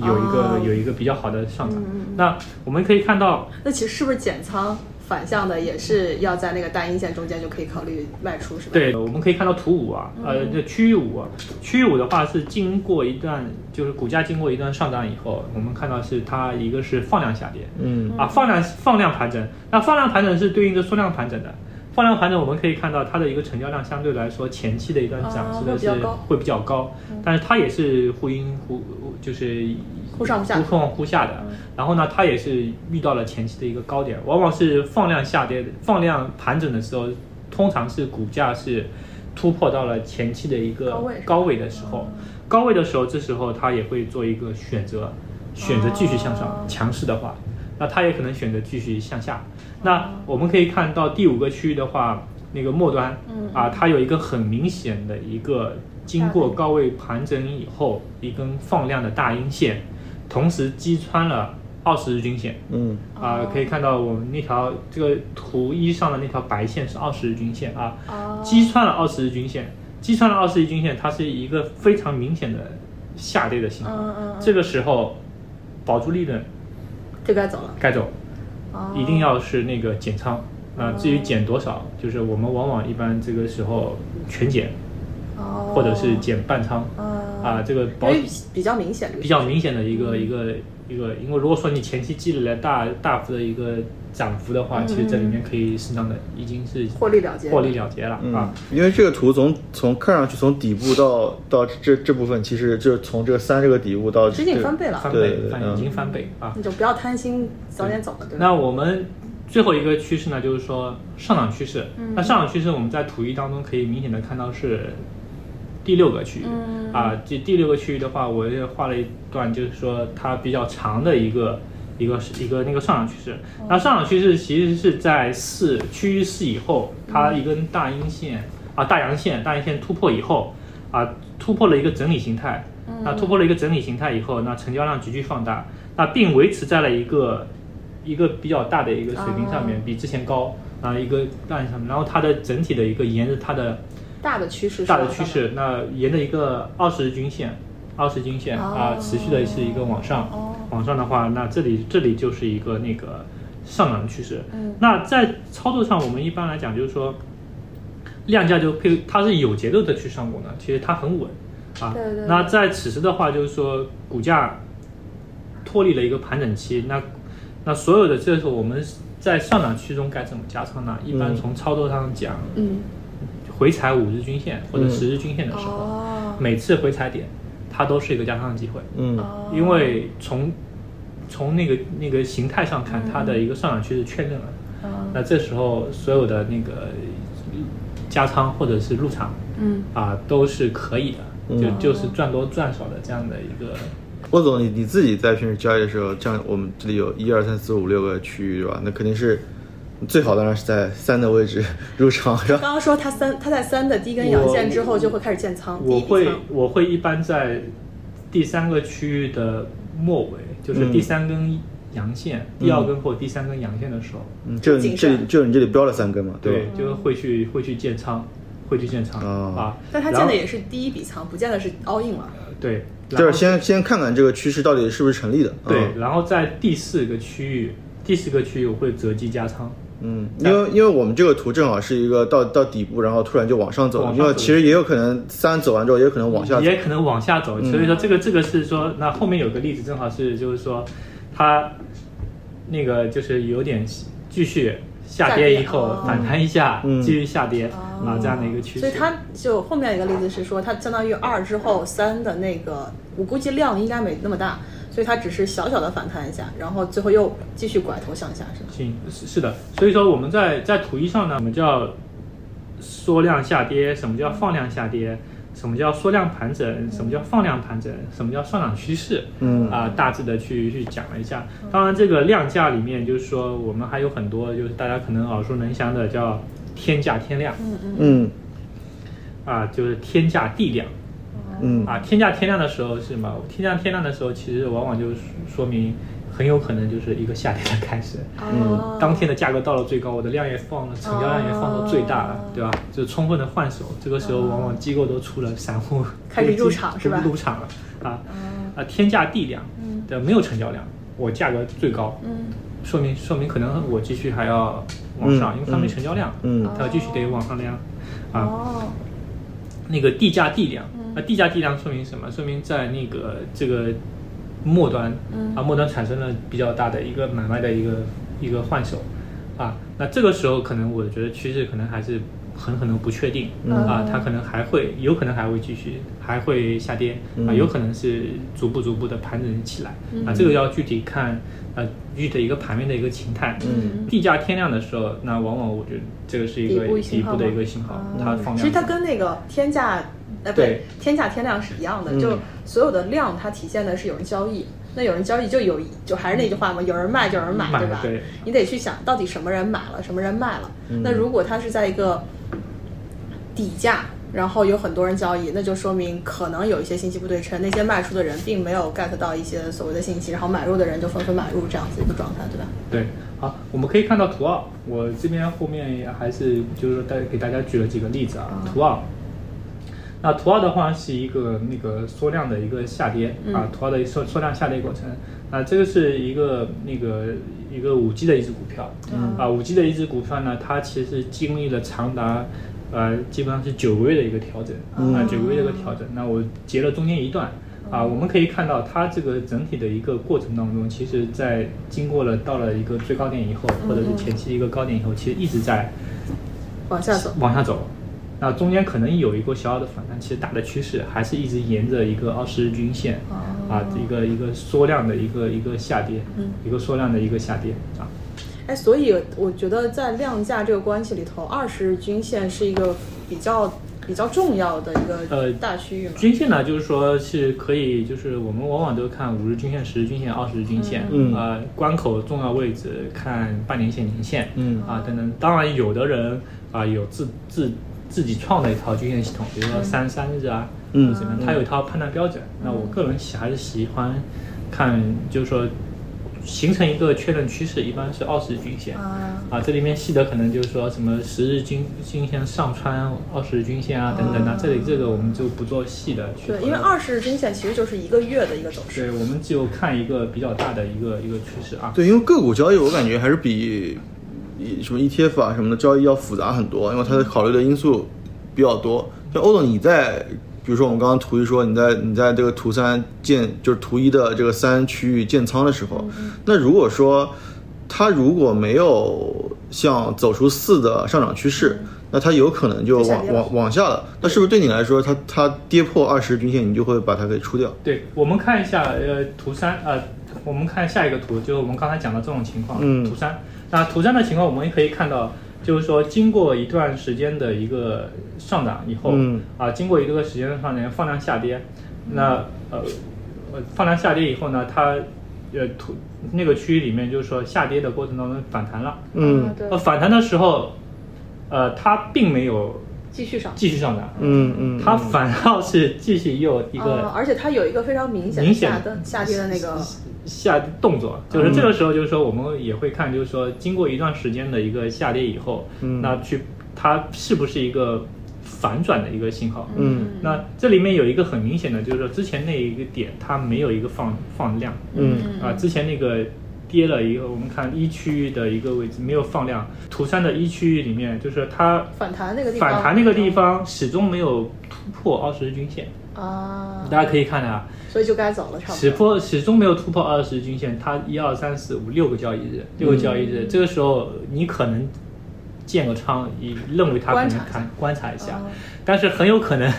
Speaker 1: 哦嗯
Speaker 2: 有一个、有一个比较好的上涨。那我们可以看到，
Speaker 1: 那其实是不是减仓反向的也是要在那个单阴线中间就可以考虑卖出，是吧？嗯
Speaker 2: 对，我们可以看到图五啊，呃，这区域五啊，区域五的话是经过一段，就是股价经过一段上涨以后，我们看到是它一个是放量下跌，
Speaker 3: 嗯
Speaker 2: 啊，放量放量盘整，那放量盘整是对应着缩量盘整的。放量盘整，我们可以看到它的一个成交量相对来说前期的一段涨
Speaker 4: 啊
Speaker 2: 势的是
Speaker 4: 会比较高嗯
Speaker 2: 会比较高，但是它也是忽阴忽就是
Speaker 1: 忽上忽下
Speaker 2: 忽上忽下的。
Speaker 4: 嗯
Speaker 2: 然后呢，它也是遇到了前期的一个高点，往往是放量下跌、放量盘整的时候，通常是股价是突破到了前期的一个
Speaker 4: 高位嗯
Speaker 2: 高位的时候，高位的时候，这时候它也会做一个选择，选择继续向上，
Speaker 4: 哦
Speaker 2: 强势的话，那它也可能选择继续向下。那我们可以看到第五个区域的话，那个末端，
Speaker 4: 嗯
Speaker 2: 啊，它有一个很明显的一个经过高位盘整以后一根放量的大阴线，同时击穿了二十日均线。
Speaker 3: 嗯
Speaker 4: 哦
Speaker 2: 啊、可以看到我们那条这个图一上的那条白线是二十日均线啊，
Speaker 4: 啊，
Speaker 2: 击穿了二十日均线，击穿了二十日均线，它是一个非常明显的下跌的信号。
Speaker 4: 嗯嗯嗯
Speaker 2: 这个时候，保住利润
Speaker 4: 就该走了，
Speaker 2: 该走，
Speaker 4: 哦
Speaker 2: 一定要是那个减
Speaker 1: 哦
Speaker 2: 仓。啊、至于减多少，就是我们往往一般这个时候全减，
Speaker 4: 哦，
Speaker 2: 或者是减半仓。
Speaker 1: 嗯
Speaker 4: 啊，
Speaker 1: 哦
Speaker 2: 啊，这个
Speaker 1: 因
Speaker 2: 保
Speaker 1: 为比较明显的
Speaker 2: 比较明显的一
Speaker 1: 嗯
Speaker 2: 个一个一个，因为如果说你前期积累了大大幅的一个涨幅的话，其实这里面可以适当的已经是
Speaker 1: 嗯获利了结
Speaker 2: 获利了结了
Speaker 3: 嗯
Speaker 2: 啊。，
Speaker 3: 因为这个图从从看上去从底部到到这这部分，其实就是从这个三这个底部到
Speaker 4: 直接
Speaker 3: 这个
Speaker 4: 翻倍了，
Speaker 2: 翻
Speaker 3: 对
Speaker 2: 倍，
Speaker 3: 对
Speaker 2: 翻
Speaker 3: 嗯
Speaker 2: 已经翻倍啊。
Speaker 1: 你就不要贪心，早点走了，对吧？
Speaker 2: 那我们最后一个趋势呢，就是说上涨趋势。那上涨趋势我们在图一当中可以明显的看到是第六个区域、啊，这第六个区域的话，我也画了一段，就是说它比较长的一个一个一个那个上涨趋势。那上涨趋势其实是在四区域四以后，它一根大阴线啊大阳线大阳线突破以后啊突破了一个整理形态。那突破了一个整理形态以后，那成交量急剧放大，那并维持在了一个一个比较大的一个水平上面，
Speaker 1: 哦
Speaker 2: 比之前高啊一个干什么？然后它的整体的一个沿着它的
Speaker 1: 大的趋势是
Speaker 2: 大
Speaker 1: 往
Speaker 2: 的
Speaker 1: 上，
Speaker 2: 趋势，那沿着一个二十均线，二十均线啊、持续的是一个往上，
Speaker 1: 哦
Speaker 2: 往上的话，那这里这里就是一个那个上涨的趋势。
Speaker 1: 嗯
Speaker 2: 那在操作上，我们一般来讲就是说，量价就配，它是有节奏的去上攻的，其实它很稳啊。
Speaker 4: 对对对
Speaker 2: 那在此时的话，就是说股价脱离了一个盘整期，那那所有的这时候我们在上涨区中该怎么加仓呢？一般
Speaker 3: 嗯
Speaker 2: 从操作上讲，
Speaker 4: 嗯，
Speaker 2: 回踩五日均线或者
Speaker 3: 嗯
Speaker 2: 十日均线的时候，
Speaker 4: 哦，
Speaker 2: 每次回踩点它都是一个加仓的机会，
Speaker 3: 嗯
Speaker 2: 因为从从那个那个形态上看，它的一个上涨趋势确认了，
Speaker 1: 嗯
Speaker 2: 那这时候所有的那个加仓或者是入场
Speaker 4: 嗯，
Speaker 2: 啊都是可以的，就
Speaker 3: 嗯
Speaker 2: 就是赚多赚少的这样的一个。
Speaker 3: 郭总，你你自己在平时交易的时候，像我们这里有一二三四五六个区域，对吧？那肯定是最好，当然是在三的位置入场，是吧？
Speaker 1: 刚刚说他三，他在三的第一根阳线之后就会开始建仓，第
Speaker 2: 我
Speaker 1: 一笔
Speaker 2: 会
Speaker 1: 嗯仓
Speaker 2: 我会一般在第三个区域的末尾，就是
Speaker 3: 嗯
Speaker 2: 第三根阳线、第二根或第三根阳线的时候，
Speaker 3: 嗯，就你
Speaker 1: 谨
Speaker 3: 这
Speaker 1: 慎
Speaker 3: 里就你这里标了三根嘛，
Speaker 2: 对
Speaker 3: 吧？，
Speaker 2: 就是会去会去建仓，会去建仓、
Speaker 3: 哦
Speaker 2: 啊。
Speaker 1: 但他
Speaker 2: 然
Speaker 1: 建
Speaker 2: 后
Speaker 1: 的也是第一笔仓，不见得是 all in 了。
Speaker 2: 对，然
Speaker 3: 就
Speaker 2: 后
Speaker 3: 是先先看看这个趋势到底是不是成立的。
Speaker 2: 对，
Speaker 3: 嗯
Speaker 2: 然后在第四个区域，第四个区域我会择机加仓。
Speaker 3: 嗯，因为因为我们这个图正好是一个到到底部，然后突然就往上走了。
Speaker 2: 往上
Speaker 3: 因为
Speaker 2: 走
Speaker 3: 其实也有可能三走完之后，也有可能往下嗯走。
Speaker 2: 也可能往下走。所以说这个这个是说，那后面有个例子，正好是就是说，它那个就是有点继续下跌以后
Speaker 1: 下跌哦哦
Speaker 2: 反弹一下，
Speaker 3: 嗯
Speaker 2: 继续下跌啊这样的一个趋势。
Speaker 1: 所以它就后面一个例子是说，它相当于二之后三的那个，我估计量应该没那么大，所以它只是小小的反弹一下，然后最后又继续拐头向下，是吧？
Speaker 2: 行是是的，所以说我们在在图一上呢，我们叫缩量下跌，什么叫放量下跌，什么叫缩量盘整，什么叫放量盘整，什么叫上涨趋势，
Speaker 3: 嗯
Speaker 2: 啊、大致的去去讲了一下。当然，这个量价里面就是说，我们还有很多就是大家可能耳熟能详的叫天价天量
Speaker 3: 嗯
Speaker 2: 啊、就是天价地量。
Speaker 3: 嗯
Speaker 2: 啊，天价天量的时候是什么？天价天量的时候，其实往往就是说明很有可能就是一个下跌的开始。
Speaker 1: 嗯
Speaker 4: 哦，
Speaker 2: 当天的价格到了最高，我的量也放了，成交量也放到最大
Speaker 1: 哦
Speaker 2: 了，对吧？就充分的换手，这个时候往往机构都出了，散户
Speaker 1: 开始入场是吧
Speaker 2: 入场了啊
Speaker 4: 嗯
Speaker 2: 啊，天价地量，对，没有成交量，我价格最高，
Speaker 4: 嗯，
Speaker 2: 说明说明可能我继续还要往上，
Speaker 3: 嗯
Speaker 2: 因为它没成交量，
Speaker 3: 嗯
Speaker 2: 它继续得往上量，啊，
Speaker 4: 哦，
Speaker 2: 那个地价地量，
Speaker 4: 嗯
Speaker 2: 那地价地量说明什么？说明在那个这个末端，
Speaker 4: 嗯
Speaker 2: 啊，末端产生了比较大的一个买卖的一个一个换手，啊，那这个时候可能我觉得趋势可能还是很可能不确定，
Speaker 4: 嗯
Speaker 2: 啊，它可能还会有可能还会继续还会下跌，啊，
Speaker 3: 嗯
Speaker 2: 有可能是逐步逐步的盘整起来，
Speaker 4: 嗯
Speaker 2: 啊，这个要具体看呃具体的一个盘面的一个形态，
Speaker 3: 嗯
Speaker 2: 地价天量的时候，那往往我觉得这个是一个
Speaker 4: 底部
Speaker 2: 底
Speaker 4: 信号
Speaker 2: 部的
Speaker 4: 吗
Speaker 2: 一个信号
Speaker 4: 啊，
Speaker 2: 它放量。
Speaker 4: 其实它跟那个天价，呃，不
Speaker 2: 对
Speaker 4: 天价天量是一样的，
Speaker 3: 嗯
Speaker 4: 就所有的量它体现的是有人交易。那有人交易就有，就还是那句话嘛，有人卖就有人买，
Speaker 2: 买
Speaker 4: 对吧？
Speaker 2: 对
Speaker 4: 你得去想到底什么人买了，什么人卖了。
Speaker 3: 嗯
Speaker 4: 那如果它是在一个底价，然后有很多人交易，那就说明可能有一些信息不对称，那些卖出的人并没有 get 到一些所谓的信息，然后买入的人就纷纷买入这样子一个状态，对吧？
Speaker 2: 对，好，我们可以看到图二，我这边后面也还是就是说带给大家举了几个例子啊，图二。那图二的话是一个那个缩量的一个下跌、啊，图二的一个缩缩量下跌过程啊，这个是一个那个一个五 G 的一只股票、啊，五 G 的一只股票呢，它其实经历了长达呃基本上是九个月的一个调整、啊，九个月的一个调整。那我截了中间一段，啊，我们可以看到它这个整体的一个过程当中，其实在经过了到了一个最高点以后，或者是前期一个高点以后，其实一直在
Speaker 4: 往下走，
Speaker 2: 往下走。那中间可能有一个小小的反弹，其实大的趋势还是一直沿着一个二十日均线
Speaker 3: 哦
Speaker 2: 啊，一个一个缩量的一个一个下跌，
Speaker 3: 嗯
Speaker 2: 一个缩量的一个下跌啊。
Speaker 4: 哎，所以我觉得在量价这个关系里头，二十日均线是一个比较比较重要的一
Speaker 2: 呃
Speaker 4: 个大区域嘛。
Speaker 2: 均线呢，就是说是可以，就是我们往往都看五日均线、十日均线、二十日均线，
Speaker 3: 嗯
Speaker 2: 啊、关口重要位置看半年线、年线，
Speaker 3: 嗯
Speaker 2: 啊等等。当然，有的人啊、有自自自己创的一套均线系统，比如说三三日啊，
Speaker 3: 嗯
Speaker 2: 或者怎么样，他有一套判断标准。
Speaker 4: 嗯
Speaker 2: 那我个人喜还是喜欢看，就是说形成一个确认趋势，一般是二十日均线。
Speaker 4: 啊，
Speaker 2: 啊，这里面细的可能就是说什么十日均均线上穿二十日均线啊等等啊，这里这个我们就不做细的去
Speaker 4: 嗯对，
Speaker 2: 讨论。
Speaker 4: 因为二十日均线其实就是一个月的一个走势。
Speaker 3: 啊
Speaker 2: 对，我们就看一个比较大的一个一个趋势啊。
Speaker 3: 对，因为个股交易我感觉还是比以什么 ETF 啊什么的交易要复杂很多，因为它
Speaker 4: 嗯
Speaker 3: 的考虑的因素比较多。像欧总，你在比如说我们刚刚图一说你在你在这个图三建就是图一的这个三区域建仓的时候，
Speaker 4: 嗯
Speaker 3: 那如果说它如果没有像走出四的上涨趋势，那它有可能
Speaker 4: 嗯
Speaker 3: 就
Speaker 4: 就下跌
Speaker 3: 往
Speaker 4: 了
Speaker 3: 往往下了。那是不是对你来说，它它跌破二十均线，你就会把它给出掉？
Speaker 2: 对，我们看一下呃图三呃，我们看下一个图，就是我们刚才讲的这种情况，
Speaker 3: 嗯
Speaker 2: 图三。那图三的情况，我们也可以看到，就是说经过一段时间的一个上涨以后，
Speaker 3: 嗯
Speaker 2: 啊，经过一个时间的上涨，放量下跌，那
Speaker 3: 嗯
Speaker 2: 呃呃放量下跌以后呢，它呃图那个区域里面就是说下跌的过程当中反弹了，
Speaker 3: 嗯
Speaker 2: 呃反弹的时候，呃它并没有
Speaker 4: 继续上。
Speaker 2: 继续上涨，
Speaker 3: 嗯嗯，
Speaker 2: 它反倒是继续又一
Speaker 1: 哦
Speaker 2: 个。
Speaker 4: 啊，而且它有一个非常明显的
Speaker 2: 明显
Speaker 4: 下的下跌的那个，
Speaker 2: 下动作，
Speaker 4: 嗯
Speaker 2: 就是这个时候，就是说我们也会看，就是说经过一段时间的一个下跌以后，
Speaker 4: 嗯
Speaker 2: 那去它是不是一个反转的一个信号？
Speaker 3: 嗯
Speaker 2: 那这里面有一个很明显的，就是说之前那一个点它没有一个放放量，
Speaker 3: 嗯
Speaker 2: 啊，之前那个跌了以后，我们看一区域的一个位置没有放量，图三的一区域里面，就是它
Speaker 4: 反弹那个地方，
Speaker 2: 反弹那个地方始终没有突破二十日均线，
Speaker 4: 啊，
Speaker 2: 大家可以看啊，
Speaker 4: 所以就该走了，差
Speaker 2: 始
Speaker 4: 不多。
Speaker 2: 破始终没有突破二十均线，它一二三四五六个交易日，六个交易日，这个时候你可能建个仓，你认为它可能看观察一下，
Speaker 3: 哦
Speaker 2: 哦但是很有可能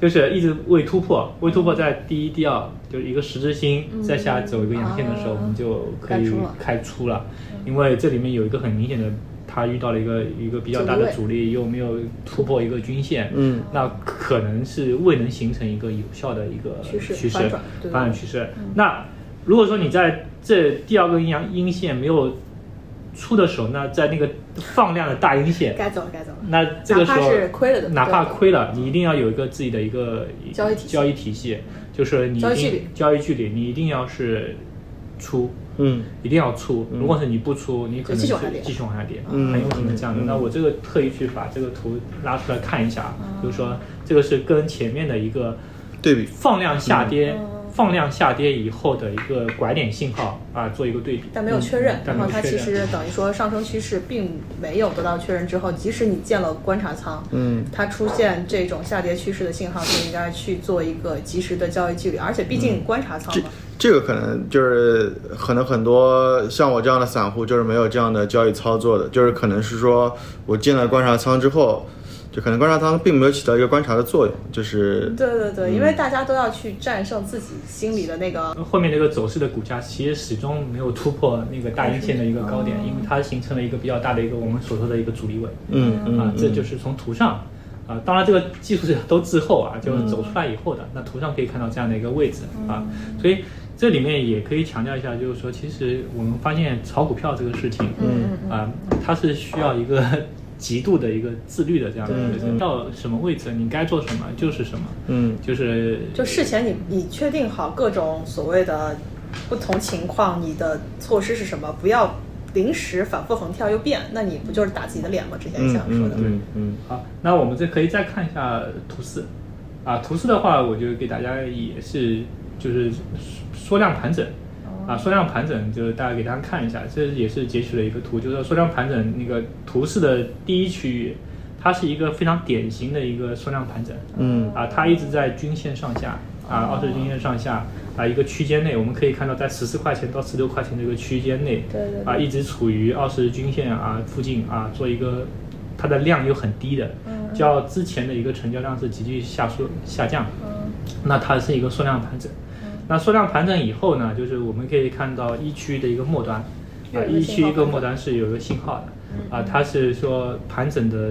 Speaker 2: 就是一直未突破，未突破在第一、第二，就是一个十字星再下走一个阳线的时候，
Speaker 4: 啊
Speaker 2: 我们就可
Speaker 4: 该
Speaker 2: 以
Speaker 4: 出了
Speaker 2: 开嗯哦出了，嗯因为这里面有一个很明显的。它遇到了一个一个比较大的阻力，又没有突破一个均线，
Speaker 3: 嗯，
Speaker 2: 那可能是未能形成一个有效的一个
Speaker 4: 趋势
Speaker 2: 趋势
Speaker 4: 反转对嗯
Speaker 2: 反转趋势。那如果说你在这第二根阴阳阴线没有出的时候，那在那个放量的大阴 线，
Speaker 4: 该走了，该走了。
Speaker 2: 那这个时候
Speaker 4: 哪怕是亏了的
Speaker 2: 哪怕
Speaker 4: 对
Speaker 2: 亏了，你一定要有一个自己的一个
Speaker 4: 交易体系
Speaker 2: 交易体系，就是你一
Speaker 4: 交
Speaker 2: 定
Speaker 4: 易距离
Speaker 2: 交易距离，你一定要是出。
Speaker 3: 嗯
Speaker 2: 一定要出，如果是你不出，你可能
Speaker 4: 继续
Speaker 2: 是
Speaker 4: 往下跌
Speaker 2: 继续往下跌，
Speaker 3: 嗯
Speaker 2: 很有可能这样的。
Speaker 3: 嗯
Speaker 2: 那我这个特意去把这个图拉出来看一下，就是说这个是跟前面的一个
Speaker 3: 对比，
Speaker 2: 放量下跌、放量下跌以后的一个拐点信号啊，做一个对比。
Speaker 1: 但没有确认
Speaker 2: 嗯。但
Speaker 1: 然
Speaker 2: 没
Speaker 1: 后它
Speaker 2: 有确
Speaker 1: 其
Speaker 2: 认
Speaker 1: 实等于说上升趋势并没有得到确认之后，即使你建了观察仓，
Speaker 3: 嗯，
Speaker 1: 它出现这种下跌趋势的信号，就应该去做一个及时的交易纪律。而且毕竟观察仓
Speaker 3: 这
Speaker 1: 嘛，
Speaker 3: 这个可能就是可能很多像我这样的散户就是没有这样的交易操作的，就是可能是说我进了观察仓之后，就可能观察仓并没有起到一个观察的作用，就是
Speaker 1: 对对
Speaker 2: 嗯
Speaker 1: 对，因为大家都要去战胜自己心里的那个
Speaker 2: 后面那个走势的股价其实始终没有突破那个大阴线的一个高点，因为它形成了一个比较大的一个我们所说的一个阻力位。
Speaker 3: 嗯嗯
Speaker 2: 啊，这就是是从图上啊，当然这个技术是都滞后啊，
Speaker 3: 嗯
Speaker 2: 就是走出来以后的。那图上可以看到这样的一个位置啊，所以这里面也可以强调一下，就是说，其实我们发现炒股票这个事情，嗯啊，它是需要一个 极度的一个自律的这样的一个
Speaker 3: 对，
Speaker 2: 到什么位置你该做什么就是什么，
Speaker 3: 嗯
Speaker 2: 就是
Speaker 1: 就事前你你确定好各种所谓的不同情况，你的措施是什么，不要临时反复横跳又变，那你不就是打自己的脸吗？之前
Speaker 3: 嗯
Speaker 1: 想说的，
Speaker 3: 嗯嗯
Speaker 2: 好，那我们这可以再看一下图四，啊，图四的话，我就给大家也是就是缩量盘整，啊，缩量盘整就是大家给大家看一下，这也是截取了一个图，就是说缩量盘整那个图四的第一区域，它是一个非常典型的一个缩量盘整，
Speaker 3: 嗯
Speaker 2: 啊，它一直在均线上下啊，二十均线上下啊一个区间内，我们可以看到在十四块钱到十六块钱这个区间内，
Speaker 4: 对对对
Speaker 2: 啊一直处于二十均线啊附近啊做一个它的量又很低的，
Speaker 4: 嗯
Speaker 2: 较之前的一个成交量是急剧下缩下降，那它是一个缩量盘整。
Speaker 4: 嗯
Speaker 2: 那缩量盘整以后呢，就是我们可以看到一区的一个末端，啊，一区一个末端是有一个信号的，
Speaker 4: 嗯
Speaker 2: 啊，它是说盘整的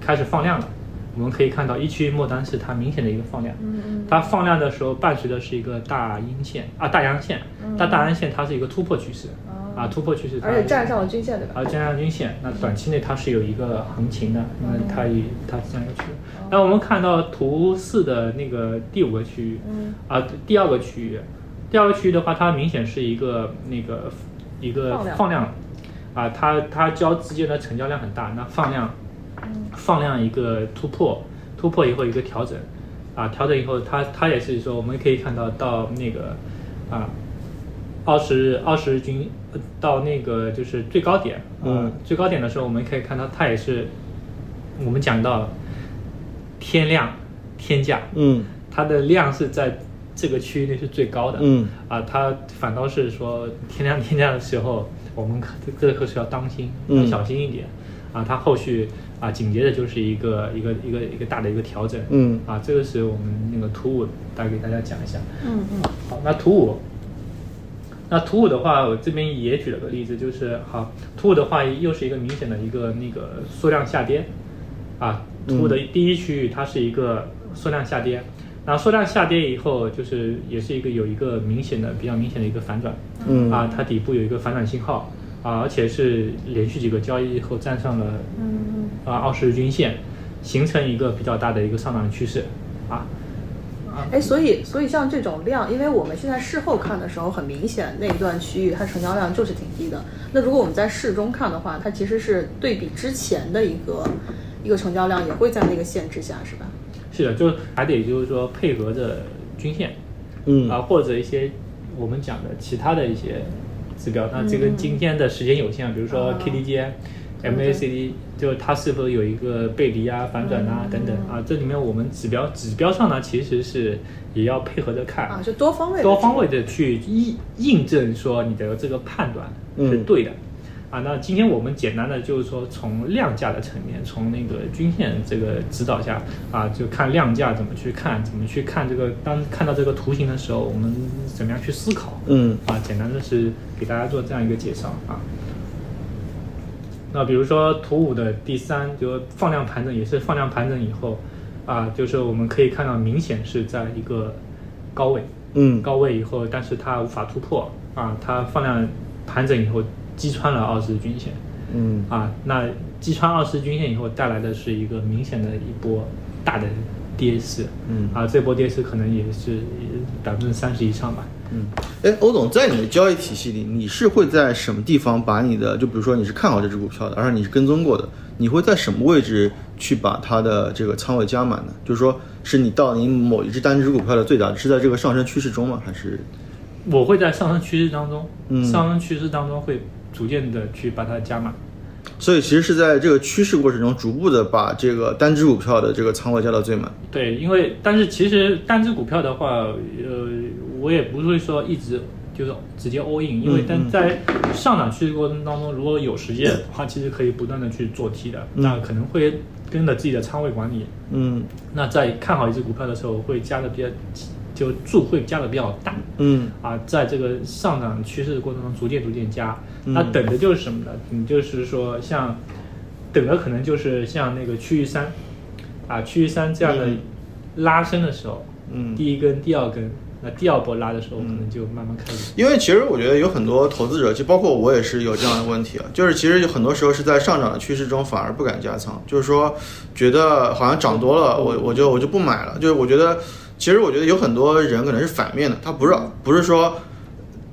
Speaker 2: 开始放量了。我们可以看到一区末端是它明显的一个放量，
Speaker 4: 嗯
Speaker 2: 它放量的时候伴随的是一个大阴线啊大阳线，大大阳线它是一个突破趋势，啊突破趋势
Speaker 4: 嗯
Speaker 2: 它，
Speaker 4: 哦而且站上了均线，对吧？
Speaker 2: 而啊加上均线，那短期内它是有一个行情的，因为它也它是这样一个区域。
Speaker 4: 哦
Speaker 2: 那我们看到图四的那个第五个区域，
Speaker 4: 嗯
Speaker 2: 啊，第二个区域，第二个区域的话，它明显是一个那个一个
Speaker 4: 放量
Speaker 2: 放量，啊，它它交之间的成交量很大，那放量放量一个突破，突破以后一个调整，啊，调整以后它它也是说我们可以看到到那个啊二十二十均呃到那个就是最高点，呃
Speaker 3: 嗯，
Speaker 2: 最高点的时候我们可以看到它也是我们讲到天量天价，
Speaker 3: 嗯
Speaker 2: 它的量是在这个区域内是最高的，
Speaker 3: 嗯
Speaker 2: 啊，它反倒是说天量天价的时候，我们可这个是要当心，
Speaker 3: 嗯
Speaker 2: 要小心一点，啊，它后续啊紧接着就是一个一个一个一个大的一个调整，
Speaker 3: 嗯
Speaker 2: 啊，这个是我们那个图五，大概给大家讲一下，嗯嗯，好，那图五。那图五的话，我这边也举了个例子，就是好，图五的话又是一个明显的一个那个缩量下跌，啊，图五的第一区域它是一个缩量下跌，那缩量下跌以后，就是也是一个有一个明显的比较明显的一个反转，
Speaker 3: 嗯
Speaker 2: 啊，它底部有一个反转信号啊，而且是连续几个交易后站上了
Speaker 1: 嗯
Speaker 2: 啊二十日均线，形成一个比较大的一个上涨趋势啊，
Speaker 1: 哎，所以所以像这种量，因为我们现在事后看的时候，很明显那一段区域它成交量就是挺低的。那如果我们在事中看的话，它其实是对比之前的一个一个成交量也会在那个线之下，是吧？
Speaker 2: 是的，就是还得就是说配合着均线，
Speaker 3: 嗯
Speaker 2: 啊，或者一些我们讲的其他的一些指标。那这个今天的时间有限，比如说 KDJ、MACD，就是它是否有一个背离啊、反转啊等等啊，这里面我们指标指标上呢，其实是也要配合着看
Speaker 1: 啊，就多方位的
Speaker 2: 多方位的去印印证说你的这个判断是对的。啊，那今天我们简单的就是说，从量价的层面，从那个均线这个指导下，啊，就看量价怎么去看，怎么去看这个，当看到这个图形的时候，我们怎么样去思考？
Speaker 3: 嗯
Speaker 2: 啊，简单的是给大家做这样一个介绍啊。那比如说图五的第三，就是放量盘整，也是放量盘整以后，啊，就是我们可以看到明显是在一个高位，
Speaker 3: 嗯
Speaker 2: 高位以后，但是它无法突破啊，它放量盘整以后击穿了二十均线
Speaker 3: 嗯
Speaker 2: 啊，那击穿二十均线以后带来的是一个明显的一波大的跌势，
Speaker 3: 嗯
Speaker 2: 啊，这波跌势可能也是百分之三十以上吧。
Speaker 3: 嗯，哎，欧总，在你的交易体系里，你是会在什么地方把你的，就比如说你是看好这只股票的，而且你是跟踪过的，你会在什么位置去把它的这个仓位加满呢？就是说，是你到你某一只单只股票的最大，是在这个上升趋势中吗？还是
Speaker 2: 我会在上升趋势当中，
Speaker 3: 嗯
Speaker 2: 上升趋势当中会逐渐的去把它加满。
Speaker 3: 所以其实是在这个趋势过程中，逐步的把这个单只股票的这个仓位加到最满。
Speaker 2: 对，因为但是其实单只股票的话，呃，我也不会说一直就是直接 all in，因为
Speaker 3: 嗯
Speaker 2: 但
Speaker 3: 嗯
Speaker 2: 在上涨趋势过程当中，如果有时间的话，其实可以不断的去做 T 的，
Speaker 3: 嗯
Speaker 2: 那可能会跟着自己的仓位管理。
Speaker 3: 嗯
Speaker 2: 那在看好一只股票的时候，会加的比较，就注会加的比较大。
Speaker 3: 嗯
Speaker 2: 啊，在这个上涨趋势的过程中，逐渐逐渐加。
Speaker 3: 嗯
Speaker 2: 那等的就是什么呢？你就是说像等的可能就是像那个区域三啊，区域三这样的
Speaker 3: 嗯
Speaker 2: 拉升的时候，
Speaker 3: 嗯
Speaker 2: 第一根、第二根，那第二波拉的时候，可
Speaker 3: 嗯
Speaker 2: 能就慢慢开始。
Speaker 3: 因为其实我觉得有很多投资者，就包括我也是有这样的问题啊，就是其实有很多时候是在上涨的趋势中反而不敢加仓，就是说觉得好像涨多了，我我就我就不买了，就是我觉得其实我觉得有很多人可能是反面的，他不是不是说。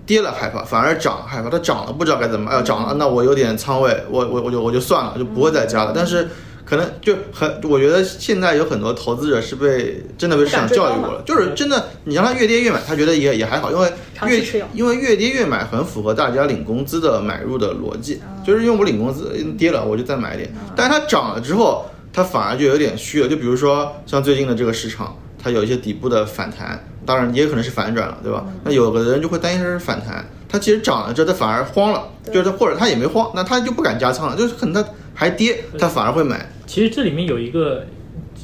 Speaker 3: 跌了害怕，反而涨害怕。它涨了不知道该怎么办，哎呀涨了，那我有点仓位，我我我就我就算了，就不会再加了。但是可能就很，我觉得现在有很多投资者是被真的被市场教育过了，就是真的，你让他越跌越买，他觉得也也还好，因为
Speaker 1: 长期
Speaker 3: 越
Speaker 1: 持有
Speaker 3: 因为越跌越买很符合大家领工资的买入的逻辑，
Speaker 1: 啊
Speaker 3: 就是因为我领工资嗯跌了我就再买一点，但是它涨了之后，它反而就有点虚了。就比如说像最近的这个市场，它有一些底部的反弹，当然也可能是反转了，对
Speaker 1: 嗯
Speaker 3: 吧？那有的人就会担心它是反弹，它其实涨了之后它反而慌了，就是它或者它也没慌，那它就不敢加仓了，就是可能它还跌，它反而会买。
Speaker 2: 其实这里面有一个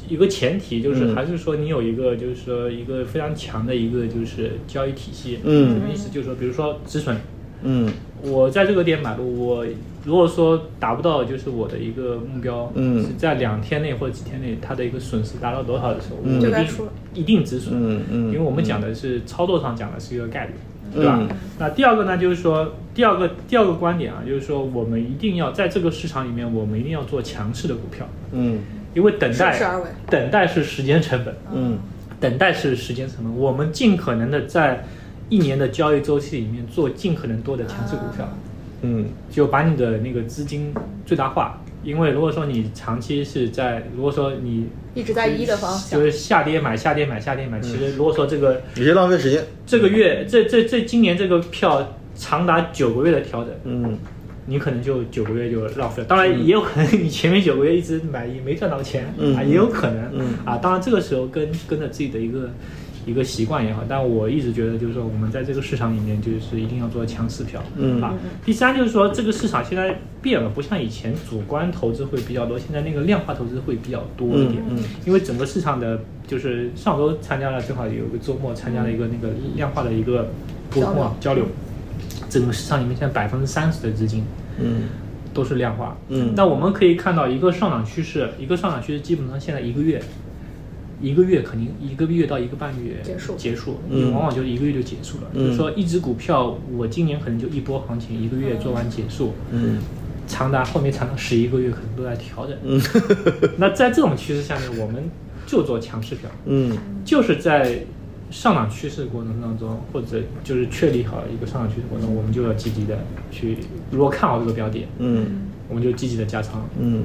Speaker 2: 一个前提，就是
Speaker 3: 嗯
Speaker 2: 还是说你有一个就是说一个非常强的一个就是交易体系。什
Speaker 3: 嗯
Speaker 2: 么意思？就是说，比如说止损，
Speaker 3: 嗯
Speaker 2: 我在这个点买入，我如果说达不到就是我的一个目标，
Speaker 3: 嗯
Speaker 2: 是在两天内或者几天内它的一个损失达到多少的时候，
Speaker 3: 嗯
Speaker 2: 我一
Speaker 1: 就该
Speaker 2: 定
Speaker 1: 出了
Speaker 2: 一定止损，
Speaker 3: 嗯嗯
Speaker 2: 因为我们讲的是操作上讲的是一个概率，
Speaker 3: 嗯
Speaker 2: 对吧？
Speaker 3: 嗯
Speaker 2: 那第二个呢，就是说第二个第二个观点啊，就是说我们一定要在这个市场里面，我们一定要做强势的股票，
Speaker 3: 嗯
Speaker 2: 因为等待
Speaker 1: 顺势而为
Speaker 2: 等待是时间成本，
Speaker 3: 嗯
Speaker 2: 等待是时间成本，我们尽可能的在一年的交易周期里面做尽可能多的强势股票，
Speaker 3: 嗯
Speaker 2: 就把你的那个资金最大化。因为如果说你长期是在，如果说你
Speaker 1: 一直在一的方向
Speaker 2: 就是下跌买下跌买下跌买，其实如果说这个
Speaker 3: 有些浪费时间。
Speaker 2: 这个月这这这今年这个票长达九个月的调整，
Speaker 3: 嗯
Speaker 2: 你可能就九个月就浪费了。当然也有可能你前面九个月一直买也没赚到钱、
Speaker 3: 嗯
Speaker 2: 啊，也有可能、
Speaker 3: 嗯
Speaker 2: 啊。当然这个时候跟跟着自己的一个一个习惯也好，但我一直觉得就是说我们在这个市场里面就是一定要做强势票、
Speaker 3: 嗯
Speaker 2: 啊。第三就是说这个市场现在变了，不像以前主观投资会比较多，现在那个量化投资会比较多一点。
Speaker 3: 嗯嗯
Speaker 2: 因为整个市场的，就是上周参加了，正好有一个周末参加了一个那个量化的一个波
Speaker 1: 交
Speaker 2: 动
Speaker 1: 流
Speaker 2: 交流，整个市场里面现在百分之三十的资金
Speaker 3: 嗯
Speaker 2: 都是量化。
Speaker 3: 嗯
Speaker 2: 那我们可以看到一个上涨趋势，一个上涨趋势基本上现在一个月，一个月肯定一个月到一个半月
Speaker 1: 结束
Speaker 2: 结束，
Speaker 3: 嗯
Speaker 2: 往往就是一个月就结束了。
Speaker 3: 嗯
Speaker 2: 就是说一只股票，我今年可能就一波行情，一个月做完结束，
Speaker 3: 嗯
Speaker 2: 长达后面长达十一个月可能都在调整。
Speaker 3: 嗯
Speaker 2: 那在这种趋势下面，我们就做强势票。
Speaker 3: 嗯
Speaker 2: 就是在上涨趋势过程当中，或者就是确立好一个上涨趋势过程，我们就要积极的去，如果看好这个标的，
Speaker 3: 嗯
Speaker 2: 我们就积极的加仓
Speaker 3: 嗯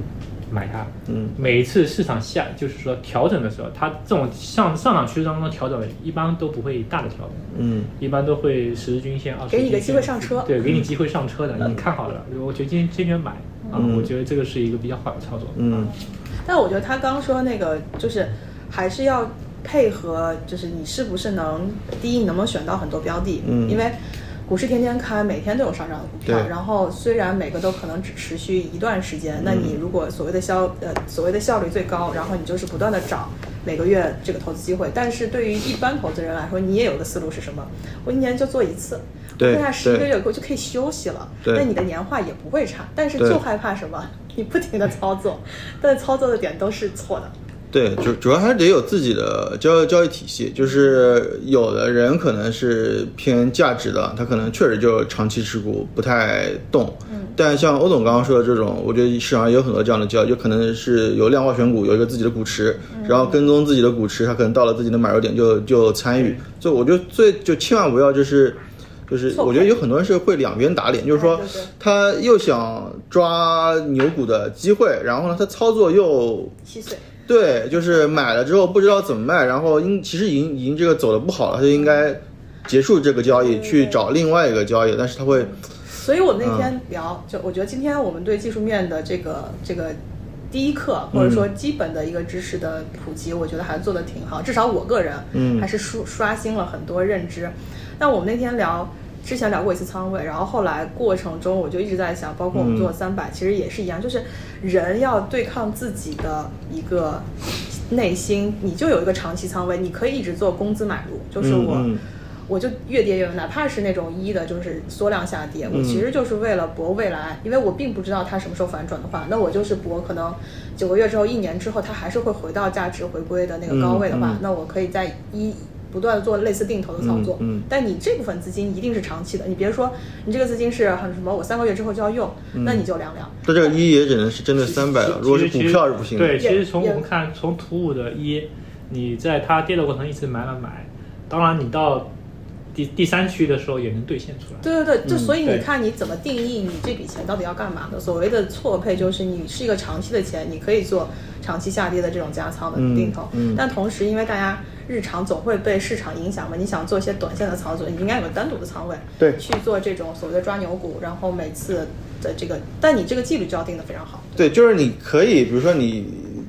Speaker 2: 买它。
Speaker 3: 嗯
Speaker 2: 每一次市场下就是说调整的时候，它这种上上涨趋势当中的调整，一般都不会大的调整，
Speaker 3: 嗯
Speaker 2: 一般都会十日均线、二十
Speaker 1: 给你个机会上车嗯
Speaker 2: 对，给你机会上车的，你看好了，我觉得今天坚决买啊，
Speaker 3: 嗯
Speaker 2: 我觉得这个是一个比较好的操作。
Speaker 3: 嗯
Speaker 1: 但我觉得他刚刚说那个，就是还是要配合，就是你是不是能第一，你能不能选到很多标的？
Speaker 3: 嗯
Speaker 1: 因为股市天天开，每天都有上涨的股票
Speaker 3: 对，
Speaker 1: 然后虽然每个都可能只持续一段时间，那
Speaker 3: 嗯
Speaker 1: 你如果所谓的效呃所谓的效率最高，然后你就是不断的涨。每个月这个投资机会，但是对于一般投资人来说，你也有个思路是什么？我一年就做一次，我
Speaker 3: 对
Speaker 1: 剩下十一个
Speaker 3: 对
Speaker 1: 月我就可以休息了。
Speaker 3: 对
Speaker 1: 那你的年化也不会差，但是
Speaker 3: 对
Speaker 1: 就害怕什么？ 你不停的操作，但操作的点都是错的。
Speaker 3: 对，主主要还是得有自己的交易交易体系，就是有的人可能是偏价值的，他可能确实就长期持股不太动。
Speaker 4: 嗯
Speaker 3: 但像
Speaker 4: 嗯
Speaker 3: 欧总刚刚说的这种，我觉得市场上也有很多这样的交易，就可能是有量化选股，有一个自己的股池，然然后跟踪自己的股池，他可能到了自己的买入点就就参与。所以我觉得最就千万不要就是。就是
Speaker 4: 错
Speaker 3: 我
Speaker 4: 配
Speaker 3: 觉得有很多人是会两边打脸，就是说
Speaker 4: 对对
Speaker 3: 他又想抓牛股的机会，然后呢他操作又
Speaker 4: 七岁，
Speaker 3: 对，就是买了之后不知道怎么卖，然后应其实已经已经这个走的不好了，他就应该结束这个交易，去找另外一个交易，但是他会
Speaker 1: 所以我们那天聊，就我觉得今天我们对技术面的这个这个第一课，或者说基本的一个知识的普及，我觉得还做得挺好。至少我个人，
Speaker 3: 嗯
Speaker 1: 还是刷刷新了很多认知。那我们那天聊。之前聊过一次仓位，然后后来过程中我就一直在想，包括我们做三百、其实也是一样，就是人要对抗自己的一个内心，你就有一个长期仓位，你可以一直做工资买入，就是我、
Speaker 3: 嗯嗯
Speaker 1: 我就越跌越有，哪怕是那种一的，就是缩量下跌，我
Speaker 3: 嗯
Speaker 1: 其实就是为了博未来，因为我并不知道它什么时候反转的话，那我就是博可能九个月之后、一年之后，它还是会回到价值回归的那个高位的话，
Speaker 3: 嗯嗯
Speaker 1: 那我可以在一不断的做类似定投的操作。
Speaker 3: 嗯嗯
Speaker 1: 但你这部分资金一定是长期的，你别说你这个资金是很什么，我三个月之后就要用，
Speaker 3: 嗯
Speaker 1: 那你就凉凉。
Speaker 3: 他这个一也只能是针对三百了，如果是股票是不行的。
Speaker 2: 对，其
Speaker 1: 也
Speaker 2: 实从我
Speaker 1: 也
Speaker 2: 们看，从图五的一，你在它跌的过程一直买买买，当然你到第第三区的时候也能兑现出来。
Speaker 1: 对对对，
Speaker 3: 嗯
Speaker 1: 就所以你
Speaker 2: 对
Speaker 1: 看你怎么定义你这笔钱到底要干嘛的。所谓的错配就是你是一个长期的钱，你可以做长期下跌的这种加仓的
Speaker 3: 嗯
Speaker 1: 定投，
Speaker 3: 嗯
Speaker 1: 但同时因为大家日常总会被市场影响嘛，你想做一些短线的操作，你应该有个单独的仓位，
Speaker 3: 对
Speaker 1: 去做这种所谓的抓牛股，然后每次的这个，但你这个纪律就要定的非常好。
Speaker 3: 对，就是你可以，比如说你，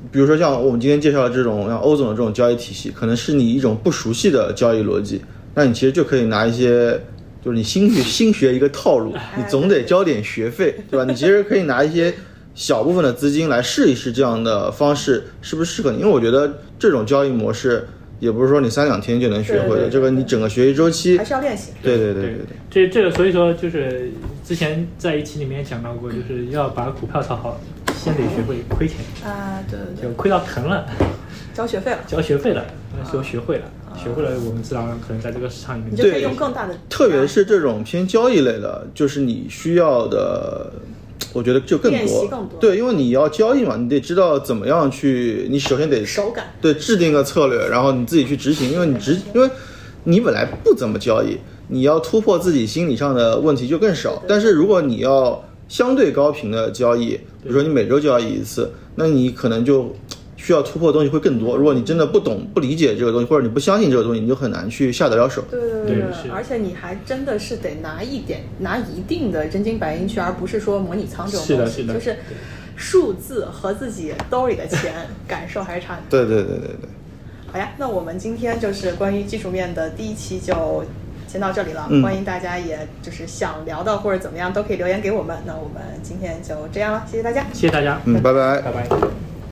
Speaker 3: 比如说像我们今天介绍的这种像欧总的这种交易体系，可能是你一种不熟悉的交易逻辑，那你其实就可以拿一些，就是你新学新学一个套 路，
Speaker 1: 哎
Speaker 3: 你总得交点学费，对吧？你其实可以拿一些小部分的资金来试一试这样的方式适不是适合你，因为我觉得这种交易模式也不是说你三两天就能学
Speaker 1: 对
Speaker 3: 会
Speaker 1: 对
Speaker 3: 的，
Speaker 1: 对
Speaker 3: 这个你整个学习周期
Speaker 1: 还，是要练习，
Speaker 3: 对对对对
Speaker 2: 对这
Speaker 3: 对。
Speaker 2: 这个所以说就是之前在一期里面讲到过，就是要把股票炒好，先得学会亏钱，
Speaker 3: 嗯
Speaker 1: 啊，对对对，
Speaker 2: 就亏到疼了，
Speaker 1: 交学费了，
Speaker 2: 交学费了，那时候学会了，学会了，我们自然可能在这个市场里面
Speaker 1: 你就可以
Speaker 3: 对
Speaker 1: 用更大的，
Speaker 3: 特别是这种偏交易类的，就是你需要的，我觉得就更
Speaker 1: 练
Speaker 3: 多
Speaker 1: 习。更多
Speaker 3: 对，因为你要交易嘛，你得知道怎么样去，你首先得
Speaker 1: 手感。
Speaker 3: 对制定个策略，然后你自己去执行，因为你执，因为你本来不怎么交易，你要突破自己心理上的问题就更少。但是如果你要相对高频的交易，比如说你每周交易一次，那你可能就需要突破的东西会更多。如果你真的不懂、不理解这个东西，或者你不相信这个东西，你就很难去下得了手。
Speaker 1: 对对
Speaker 2: 对
Speaker 1: 对，
Speaker 2: 是
Speaker 1: 而且你还真的是得拿一点，拿一定的真金白银去，而不是说模拟仓这种
Speaker 2: 是的
Speaker 1: 东西，
Speaker 2: 是的
Speaker 1: 就是数字和自己兜里的钱感受还是差很多。
Speaker 3: 对对对对对。
Speaker 1: 好呀，那我们今天就是关于技术面的第一期就先到这里了，
Speaker 3: 嗯
Speaker 1: 欢迎大家也就是想聊的或者怎么样都可以留言给我们。那我们今天就这样了，谢谢大家。
Speaker 2: 谢谢大家，
Speaker 3: 嗯，拜拜。
Speaker 2: 拜拜。